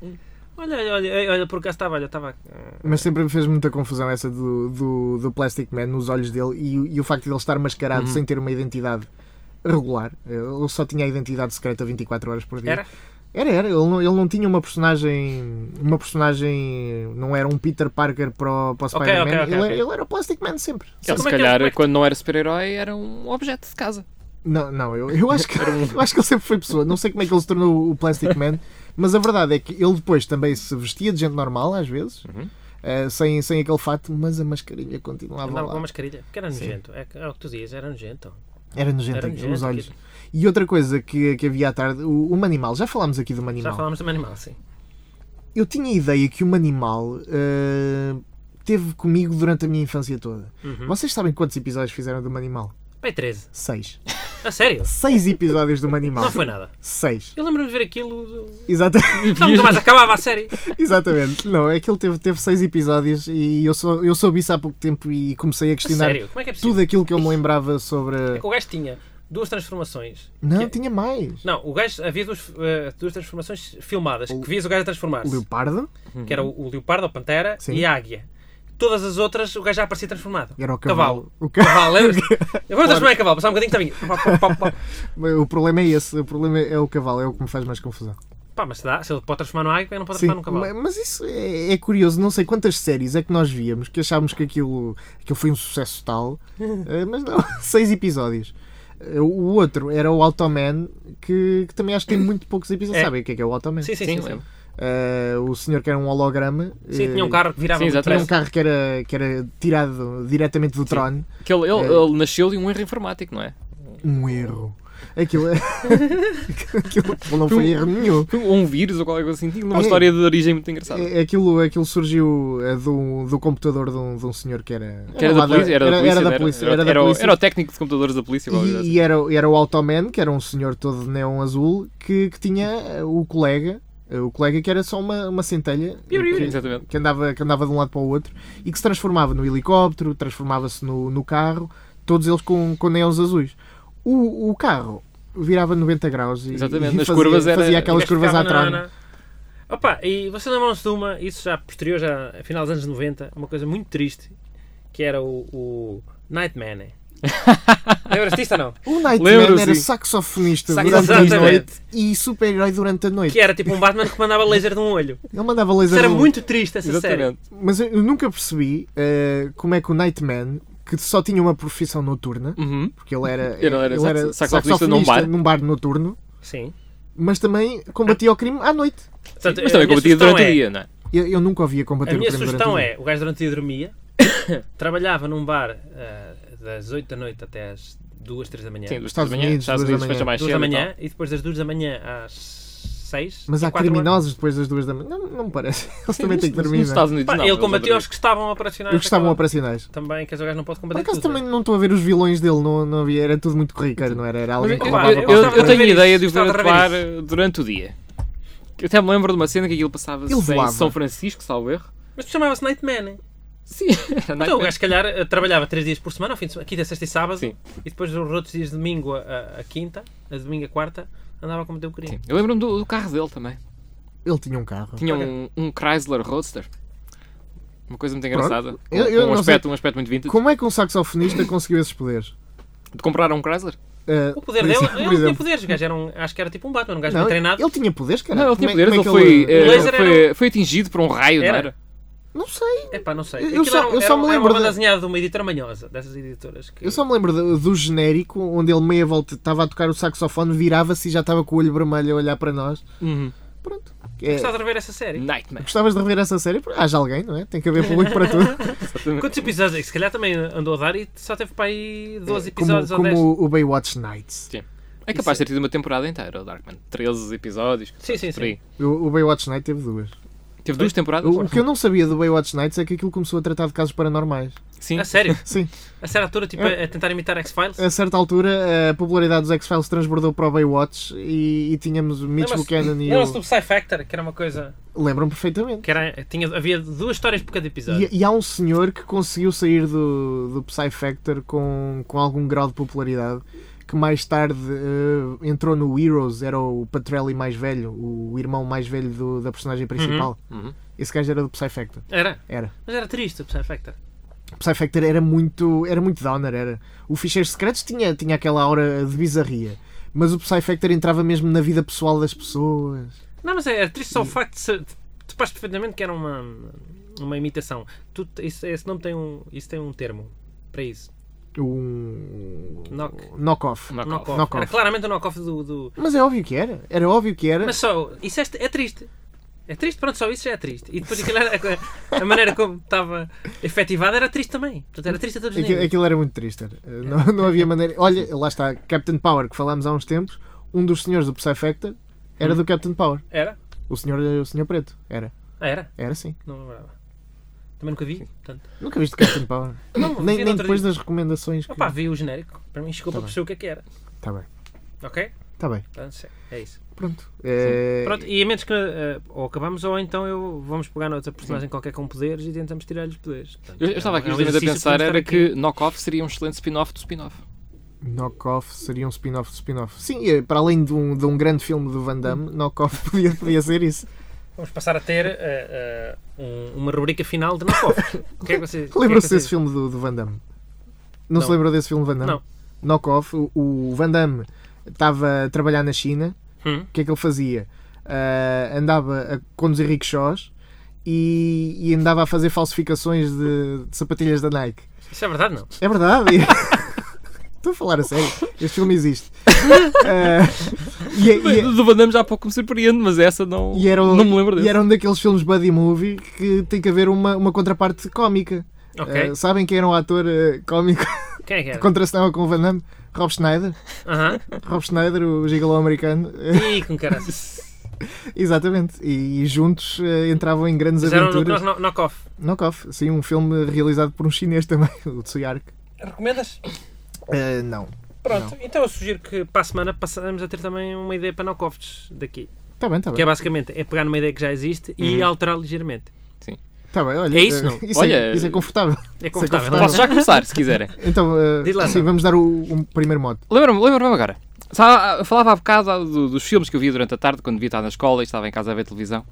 D: Olha, olha, olha, olha, por acaso estava, olha, estava.
C: Mas sempre me fez muita confusão essa do, do, do Plastic Man nos olhos dele e, o- e o facto de ele estar mascarado
D: Uhum.
C: sem ter uma identidade regular. Ele só tinha a identidade secreta 24 horas por dia.
D: Era?
C: Era, era. Ele não, ele não tinha uma personagem. Uma personagem. Não era um Peter Parker para o, para o
D: Ok,
C: Spider-Man.
D: ok, ok,
C: ele, é,
D: ok.
C: ele era o Plastic Man sempre.
E: Ele, se
D: Como é que
E: calhar,
D: ele- como é que-
E: quando não era super-herói, era um objeto de casa.
C: Não, não eu, eu, acho que,
D: um-
C: eu acho que ele sempre foi pessoa. Não sei como é que ele se tornou o Plastic Man, mas a verdade é que ele depois também se vestia de gente normal, às vezes,
D: Uhum.
C: eh, sem, sem aquele fato, mas a mascarinha continuava
D: Andava com
C: lá.
D: uma mascarilha. Porque era nojento. É, que- é o que tu dizias, era nojento.
C: Era nojento,
D: Era nojento,
C: os olhos.
D: aquilo.
C: E outra coisa que, que havia à tarde, o, o Manimal, já falámos aqui do
D: Já
C: Manimal.
D: falámos também animal, sim.
C: Eu tinha a ideia que o Manimal eh, teve comigo durante a minha infância toda.
D: Hum? Uhum.
C: Vocês sabem quantos episódios fizeram do Manimal?
D: Pai 13.
C: Seis.
D: A sério?
C: Seis episódios do Manimal.
D: Não foi nada.
C: Seis.
D: Eu lembro-me de ver aquilo. do-
C: Exatamente.
D: Não, nunca mais acabava a série.
C: Exatamente. Não, é que ele teve, teve seis episódios e eu, sou, eu soube isso há pouco tempo e comecei a
D: A
C: questionar
D: sério? Como é que é possível?
C: tudo aquilo que eu me lembrava sobre.
D: É que o gajo tinha duas transformações.
C: Não,
D: que- é-
C: tinha mais.
D: Não, o gajo havia duas, eh, duas transformações filmadas que vias o gajo a
C: O
D: transformar-se.
C: Leopardo
D: que era o, o leopardo, a pantera
C: Uhum. Sim.
D: e a águia. Todas as outras o gajo já aparecia transformado.
C: era o cavalo.
D: cavalo.
C: O, ca-
D: Cavalo, lembras? Eu vou transformar em cavalo, passar um bocadinho que também.
C: o problema é esse. O problema é o cavalo, é o que me faz mais confusão.
D: Pá, mas se dá, se ele pode transformar numa águia, porque não pode transformar num
C: ma-
D: cavalo.
C: mas isso é, é curioso. Não sei quantas séries é que nós víamos que achámos que aquilo, aquilo foi um sucesso tal, eh, mas não, seis episódios. Eh, O outro era o Automan, que, que também acho que tem muito poucos episódios.
D: É.
C: Sabem o que é que é o Automan?
D: Sim, sim,
E: Sim,
D: sim. Sim,
E: lembro.
C: Eh, o senhor que era um holograma.
D: Sim,
C: eh,
D: tinha um carro que virava
E: Sim,
D: muito
E: exato.
C: tinha um
D: depressa.
C: carro que era, que era tirado diretamente do trono.
E: Que ele, ele,
C: É.
E: ele nasceu de um erro informático, não é?
C: Um erro. Aquilo, aquilo, aquilo não foi erro nenhum.
E: Ou um vírus ou qualquer coisa assim. Tinha uma
C: É.
E: história de origem muito engraçada.
C: É- Aquilo, aquilo surgiu eh, do, do computador de um, de um senhor que era.
E: Que era da
C: lá
E: polícia, era da polícia,
C: Era, da
E: era-
C: polícia,
E: era-
C: era da
E: era o-
C: polícia.
E: era o técnico de computadores da polícia. qualquer coisa
C: E,
E: assim.
C: e era, o- era o Automan, que era um senhor todo de neon azul, que, que tinha eh, o colega, eh, o colega que era só uma, uma centelha uh,
D: Piu, piu.
C: que,
E: Exatamente.
C: que andava, que andava de um lado para o outro e que se transformava no helicóptero, transformava-se no, no carro, todos eles com, com neons azuis. O, o carro virava 90 graus e,
E: Exatamente,
C: e
E: nas
C: fazia,
E: curvas era-
C: fazia aquelas
D: O gajo
C: curvas à
D: ficava na-
C: trona.
D: na- Opa, e vocês lembram-se de uma, isso já posterior, já a final dos anos 90, uma coisa muito triste, que era o, o Nightman. Lembras-te disto ou não?
C: O Nightman
E: Lembro-se.
C: era saxofonista
D: Sax-
C: durante a
D: Exatamente.
C: noite e super-herói durante a noite.
D: Que era tipo um Batman que mandava laser de um olho.
C: Ele mandava laser. um
D: Isso era
C: no-
D: muito triste essa série.
E: Exatamente.
C: Mas eu nunca percebi eh, como é que o Nightman, que só tinha uma profissão noturna,
E: Uhum.
C: porque ele era,
E: Ele era saxofonista num bar.
C: noturno,
D: Sim.
C: mas também combatia o crime à noite.
D: Portanto, a
E: Mas também
D: minha
E: combatia
D: sugestão
E: durante
D: é-
E: o dia, não é?
C: Eu, eu nunca ouvia combater
D: A minha
C: o crime
D: sugestão
C: durante o dia.
D: é, o gajo durante o dia dormia, trabalhava num bar ah, das 8 da noite até às 2, 3 da manhã,
E: Sim, dos
C: Estados
E: Estados Unidos,
C: Unidos,
E: Estados
C: duas da
E: Unidos fecha
C: manhã.
E: mais
D: duas
E: cedo.
D: da
E: e
D: manhã e depois das 2 da manhã às 6.
C: Mas há
D: é, quatro horas.
C: criminosos depois das duas da manhã. Não, não me parece. Eles
E: tal.
C: também têm que
E: Nos- nos
C: dormir. não é?
E: Estados Unidos,
D: Pá,
E: não,
D: ele
E: eles
D: combatia
E: adoram.
D: os que estavam operacionais.
C: Os que estavam
D: naquela-
C: operacionais.
D: Também, que o gajo não é? pode
C: Por
D: combater
C: acaso
D: tudo.
C: também não estou a ver os vilões dele, não, não havia, era tudo muito corriqueiro, não era? Era alguém que
E: Eu,
D: Opa,
C: roubava
D: eu
E: eu- eu-
C: papel.
D: gostava de
E: eu tenho
D: rever
E: ideia
D: isso,
E: de o ver
D: gostava de
E: atuar
D: rever
E: durante o dia. Eu até me lembro de uma cena que aquilo passava
C: Ele
E: em
C: voava.
E: São Francisco, salvo erro.
D: Mas chamava-se Nightman. hein?
E: Sim,
D: Então o gajo, se calhar, eh, trabalhava 3 dias por semana, ao fim de semana, quinta, sexta e sábado,
E: Sim.
D: e depois os outros dias, de domingo a, a- a quinta, a domingo a quarta, andava a combater o crime.
E: Eu lembro-me do, do carro dele também.
C: Ele tinha um carro.
E: Tinha um, um Chrysler Roadster. Uma coisa muito
C: Pronto.
E: engraçada.
C: Eu- eu não
E: um, aspecto, um aspecto muito vintage.
C: Como é que um saxofonista conseguiu esses poderes?
E: De comprar um Chrysler?
C: eh,
D: O poder
C: por exemplo-
D: dele, ele
C: por
D: não tinha
C: exemplo-
D: poderes, o gajo era um, acho que era tipo um Batman, um gajo
C: Não,
D: bem treinado.
C: Ele tinha poderes, cara.
E: Não, ele tinha
C: Como é-
E: poderes, ele
C: como é que
E: foi, eh,
D: O laser
E: foi-
D: era-
E: foi atingido por um raio, não
D: Era.
E: era?
C: Não sei.
D: Epá, não sei.
C: Eu
D: Aquilo
C: só-
D: era, um-
C: eu só
D: era
C: me
D: um- era
C: lembro
D: uma banda
C: da-
D: desenhada de uma editora manhosa, dessas editoras. Que...
C: Eu só me lembro do, do genérico onde ele meia volta estava a tocar o saxofone, virava-se e já estava com o olho vermelho a olhar para nós.
E: Uhum.
C: Pronto. É,
D: Estás a rever essa série?
E: Nightmare.
C: gostavas de rever essa série? Haja alguém, não é? Tem que haver público para tudo.
D: Quantos episódios? é que Se calhar também andou a dar e só teve para aí 12
C: É, como
D: episódios ou 10.
C: como o Baywatch Nights.
E: É capaz de ter tido uma temporada inteira, o Darkman. 13 episódios.
D: Sim, sim,
E: por aí.
D: sim.
C: O, o Baywatch Night teve duas.
E: Teve duas temporadas?
C: O, o que eu não sabia do Baywatch Nights é que aquilo começou a tratar de casos paranormais.
E: Sim.
D: A sério?
C: Sim,
D: A série altura, tipo, a a tentar imitar X-Files?
C: a certa altura a popularidade dos X-Files transbordou para o Baywatch e, e tínhamos o Mitch
D: Lembra-se-
C: Buchanan e
D: Lembra-se do
C: eu.
D: Psy Factor, que era uma coisa.
C: Lembram perfeitamente.
D: Que era, tinha, havia duas histórias por cada episódio.
C: E, e há um senhor que conseguiu sair do, do Psy Factor com, com algum grau de popularidade que mais tarde eh, entrou no Heroes, era o Patrelli mais velho, o irmão mais velho do- da personagem principal.
E: Uhum.
C: Esse gajo era do Psy Factor.
D: Era.
C: Era.
D: Mas era triste o Psy Factor.
C: O Psy Factor era muito, era muito downer. Era. O Ficheiros Secretos tinha, tinha aquela aura de bizarria. Mas o Psy Factor entrava mesmo na vida pessoal das pessoas.
D: Não, mas é, era triste só o facto de ser. Tu pares perfeitamente que era uma, uma imitação. Tu, isso, esse nome tem um, isso tem um termo para isso.
C: Um.
D: Knock.
C: Knock-off.
E: Knock-off.
D: Knock-off.
C: Knock-off.
D: Era claramente o knock-off do, do-
C: Mas é óbvio que era. Era óbvio que era.
D: Mas só, isso é, é triste. É triste, pronto, só isso já é triste. E depois aquilo era, a maneira como estava efetivada era triste também. Portanto, era triste a todos os
C: Aquilo,
D: níveis.
C: aquilo era muito triste. era. Uh, Não, não havia maneira. Olha, lá está, Captain Power, que falámos há uns tempos, um dos senhores do Psy Factor era
D: Uhum.
C: do Captain Power.
D: Era?
C: O senhor, eh, o senhor preto. Era.
D: Ah, era?
C: Era sim.
D: Não me lembrava. Também nunca vi, portanto.
C: Nunca viste Captain Power.
D: Não, vi
C: nem
D: no
C: nem
D: outro
C: depois
D: dia.
C: das recomendações que.
D: Opá, vi o genérico. Para mim chegou
C: Tá
D: para perceber o que é que era.
C: Tá bem.
D: Ok?
C: Tá bem.
D: Portanto, sim, é isso.
C: Pronto. É,
D: Pronto, e a menos que eh, ou acabamos ou então eu vamos pegar noutra personagem qualquer com poderes e tentamos tirar-lhe os poderes. Portanto,
E: Eu, eu estava
D: é
E: aqui
D: um
E: justamente a
D: exercício
E: pensar
D: podemos
E: era
D: estar aqui.
E: que Knock-Off seria um excelente spin-off do spin-off.
C: Knock Off seria um spin-off do spin-off. Sim, eh, para além de um, de um grande filme do Van Damme, Knock Off podia, podia ser isso.
D: Vamos passar a ter eh, eh, um- uma rubrica final de knock-off. O que é que vocês- o que é que
C: Lembram-se
D: vocês-
C: desse filme do, do Van Damme? Não, se
D: Não.
C: lembram desse filme do Van Damme?
D: Não.
C: Knock Off. O, o Van Damme estava a trabalhar na China.
D: Hum?
C: O que é que ele fazia? Ah, andava a conduzir rickshaws e, e andava a fazer falsificações de, de sapatilhas da Nike.
D: Isso é verdade, não?
C: É verdade. Estou a falar a sério. Este filme existe. Ah, e, é- e é-
E: Do Van Damme já há pouco me surpreende, mas essa não,
C: e era um,
E: não me lembro
C: e
E: desse.
C: era um daqueles filmes buddy movie que tem que haver uma, uma contraparte cómica.
D: Ok.
C: Ah, sabem quem era um ator ah, cómico
D: Quem é que
C: que
D: era?
C: contracenava com o Van Damme? Rob Schneider.
D: Aham.
C: Rob Schneider, o gigolão americano.
D: Ih, com caraças.
C: Exatamente. E, e juntos ah, entravam em grandes
D: Fizeram no,
C: aventuras.
D: no, no- knock-off.
C: Knock Off, sim, um filme realizado por um chinês também, o Tsui Ark.
D: Recomendas? Ah,
C: Eh, não.
D: Pronto, então eu sugiro que para a semana passamos a ter também uma ideia para knock-offs daqui.
C: Está Tá bem, está
D: Que é
C: bem.
D: basicamente é pegar numa ideia que já existe
C: Uhum.
D: e alterar ligeiramente.
C: Tá bem olha,
D: É isso, não?
C: eh, Isso,
E: Olha-
C: é, isso é confortável.
D: É
C: Isso é
D: confortável.
C: confortável.
E: Posso já começar, se quiserem.
C: Então, eh,
D: Diz lá,
C: sim,
D: então.
C: vamos dar o, o primeiro modo.
E: Lembra-me lembra agora. Sa- Falava há bocado do- dos filmes que eu via durante a tarde, quando devia estar na escola e estava em casa a ver televisão.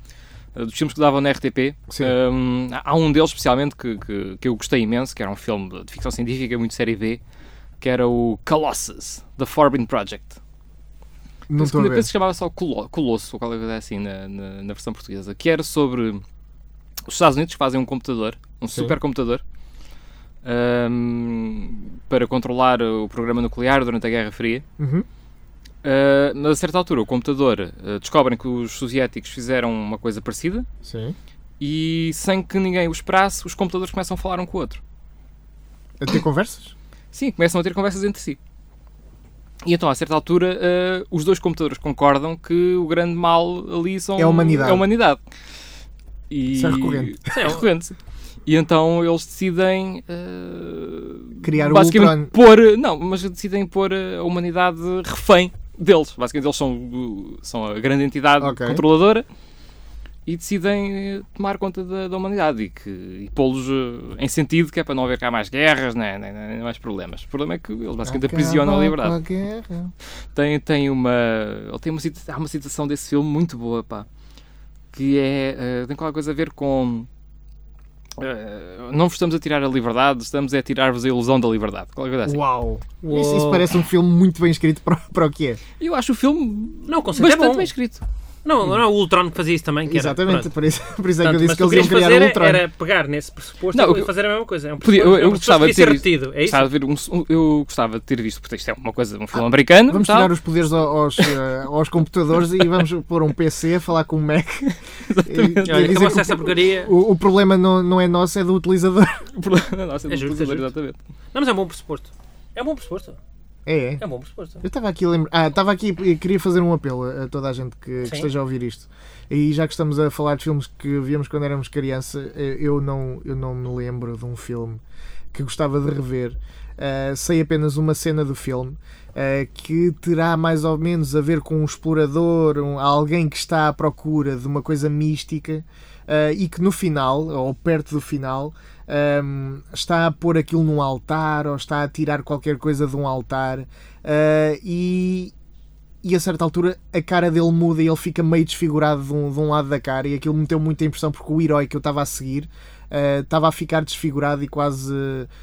E: eh, Dos filmes que davam na RTP.
C: Sim.
E: Hum, há um deles, especialmente, que, que, que eu gostei imenso, que era um filme de- de ficção científica, muito série B, que era o Colossus, The Forbidden Project.
C: Não
E: Penso
C: estou a
E: que,
C: ver.
E: penso que chamava só Colo- Colosso, ou qualquer coisa assim, na, na, na versão portuguesa, que era sobre os Estados Unidos que fazem um computador, um
C: Sim.
E: supercomputador, hum, para controlar o programa nuclear durante a Guerra Fria.
C: Uhum.
E: Uh, mas a certa altura, o computador uh, descobrem que os soviéticos fizeram uma coisa parecida
C: Sim.
E: e, sem que ninguém o esperasse, os computadores começam a falar um com o outro.
C: A ter conversas?
E: Sim, começam a ter conversas entre si. E então, a certa altura, uh, os dois computadores concordam que o grande mal ali são,
C: É a humanidade.
E: é humanidade. E-
C: Isso é recorrente.
E: É recorrente. E então eles decidem uh,
C: Criar o
E: basicamente
C: Ultron.
E: pôr, não, mas decidem pôr eh, a humanidade refém deles. Basicamente eles são, o- são a grande entidade
C: Ok.
E: controladora e decidem eh, tomar conta da, da humanidade e, que- e pô-los eh, em sentido que é para não haver cá mais guerras, nem, nem, nem mais problemas. O problema é que eles basicamente aprisionam a liberdade.
C: Acaba com a guerra.
E: Tem, tem uma. Ele tem uma cita- há uma citação desse filme muito boa, pá. Que é. eh, tem qualquer coisa a ver com. eh, não vos estamos a tirar a liberdade, estamos é a tirar-vos a ilusão da liberdade. Qualquer coisa assim.
C: Uau! Isso, isso parece um filme muito bem escrito para, para o que é.
E: Eu acho o filme
D: Não, o conceito é
E: bastante
D: bom.
E: bem escrito.
D: Não, não é o Ultron que fazia isso também. Que
C: Exatamente,
D: Era, pronto.
C: por isso, por isso é que eu
D: Portanto,
C: disse
D: mas
C: que eles
D: tu
C: iam
D: querias
C: criar
D: fazer
C: um
D: é-
C: Ultron.
D: era pegar nesse pressuposto
E: Não,
D: e
E: eu-
D: fazer a mesma coisa. É um
E: Podia-
D: pressuposto-
E: eu,
D: é um
E: eu
D: pressuposto
E: gostava
D: que
E: de
D: devia
E: ter
D: ser
E: visto-
D: repetido. É isso?
E: gostava de ver um, um- eu gostava de ter visto, porque isto é uma coisa, um filme americano.
C: Vamos
E: tal.
C: tirar os poderes ao- aos, eh, aos computadores e vamos pôr um PC a falar com o Mac.
E: Exatamente.
C: E- e
D: Olha,
C: dizer
D: acabou-se
C: que o-
D: essa porcaria.
C: o, o problema não, não é nosso, é do utilizador.
E: O problema- Nossa,
D: É
E: do
D: justo, é
E: computador,
D: justo.
E: exatamente.
D: Não, mas é um bom pressuposto. É um bom pressuposto.
C: É, é.
D: É um bom pressuposto.
C: Eu estava aqui a lembrar. Ah, estava aqui e queria fazer um apelo a a toda a gente que, que
D: Sim.
C: esteja a ouvir isto. E já que estamos a falar de filmes que víamos quando éramos criança, eh, eu não, eu não me lembro de um filme que gostava de rever. Ah, sei apenas uma cena do filme ah, que terá mais ou menos a ver com um explorador, um- alguém que está à procura de uma coisa mística ah, e que no final, ou perto do final, ahm, está a pôr aquilo num altar ou está a tirar qualquer coisa de um altar ah, e, e a certa altura a cara dele muda e ele fica meio desfigurado de um, de um lado da cara e aquilo me deu muita impressão porque o herói que eu estava a seguir ah, estava a ficar desfigurado e quase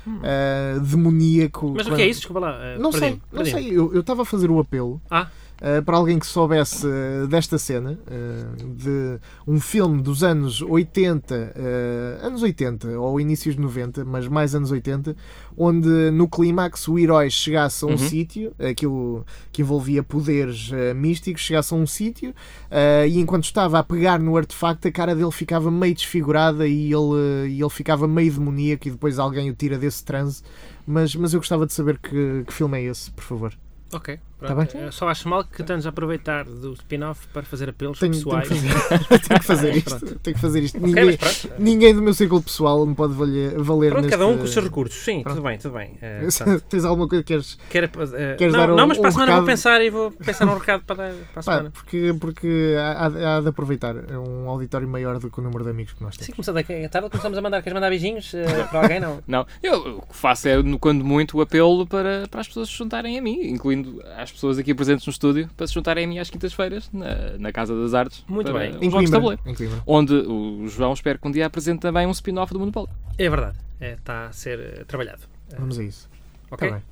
C: ah, demoníaco.
D: Mas o que é isso? Desculpa lá. eh,
C: Não sei,
D: perdi-me,
C: não
D: perdi-me.
C: sei. Eu eu estava a fazer o apelo
D: Ah.
C: ah, para alguém que soubesse ah, desta cena ah, de um filme dos anos 80, ah, anos 80 ou inícios de 90, mas mais anos 80, onde no clímax o herói chegasse a um
D: Uhum.
C: sítio, aquilo que envolvia poderes ah, místicos, chegasse a um sítio ah, e enquanto estava a pegar no artefacto a cara dele ficava meio desfigurada e ele, ah, e ele ficava meio demoníaco e depois alguém o tira desse transe. Mas, mas eu gostava de saber que, que filme é esse, por favor.
D: Ok.
C: Tá
D: pronto.
C: bem?
D: Eu só acho mal que estamos a aproveitar do spin-off para fazer apelos
C: Tenho, tenho que
D: pessoais.
C: fazer, tenho que fazer isto.
D: Pronto.
C: Tenho que fazer isto.
D: Ok, mas
C: Ninguém,
D: pronto.
C: ninguém do meu círculo pessoal me pode valer, valer
D: Pronto, cada um
C: neste-
D: com os seus recursos. Sim, tudo bem, tudo bem. Eh, portanto,
C: Se Tens alguma coisa que queres?
D: quero, eh,
C: Queres
D: não,
C: dar um-
D: não, mas para
C: um
D: a semana
C: recado?
D: vou pensar e vou pensar num recado para, dar, para a
C: Pá,
D: semana.
C: porque porque há, há- há de aproveitar. É um auditório maior do que o número de amigos que nós temos.
D: Sim, começando aqui à tarde, começamos a mandar. Queres mandar beijinhos eh, para alguém? Não.
E: Não, eu o que faço é, no- quando muito, o apelo para, para as pessoas se juntarem a mim, incluindo as pessoas aqui presentes no estúdio, para se juntarem a mim às quintas-feiras, na, na Casa das Artes.
D: Muito
E: para
D: bem.
E: uns
C: Em
E: jogos de
C: Coimbra,
E: tabuleiro.
C: em Coimbra.
E: Onde o João espero que um dia apresente também um spin-off do Mundo Paulo.
D: É verdade. Eh, Está a ser eh, trabalhado.
C: Vamos a isso.
D: Ok?
C: Tá bem.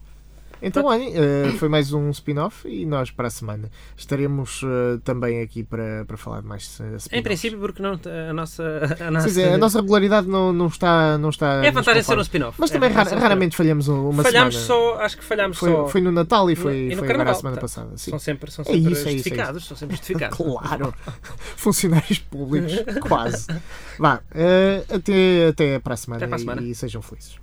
C: Então, olhem, eh, foi mais um spin-off e nós para a semana estaremos eh, também aqui para, para falar de mais eh, spin-offs.
D: em princípio, porque não eh, a nossa. A nossa,
C: Pois é, a nossa regularidade não, não está. Não está
D: É a vantagem de
C: nos
D: ser um
C: conforme.
D: spin-off.
C: Mas
D: É
C: também
D: a
C: rara-
D: vantagem de ser um spin-off.
C: raramente falhamos uma
D: falhámos
C: semana.
D: só, acho que falhámos só.
C: Foi, foi no Natal e
D: E
C: foi,
D: no
C: foi agora a
D: Carnaval,
C: semana
D: tá.
C: passada. Sim.
D: São sempre, são
C: É
D: sempre
C: isso, é isso, é
D: justificados. São sempre justificados.
C: Claro, funcionários públicos, quase. Vá, eh, até, até para a semana
D: Até para a semana.
C: e- e sejam felizes.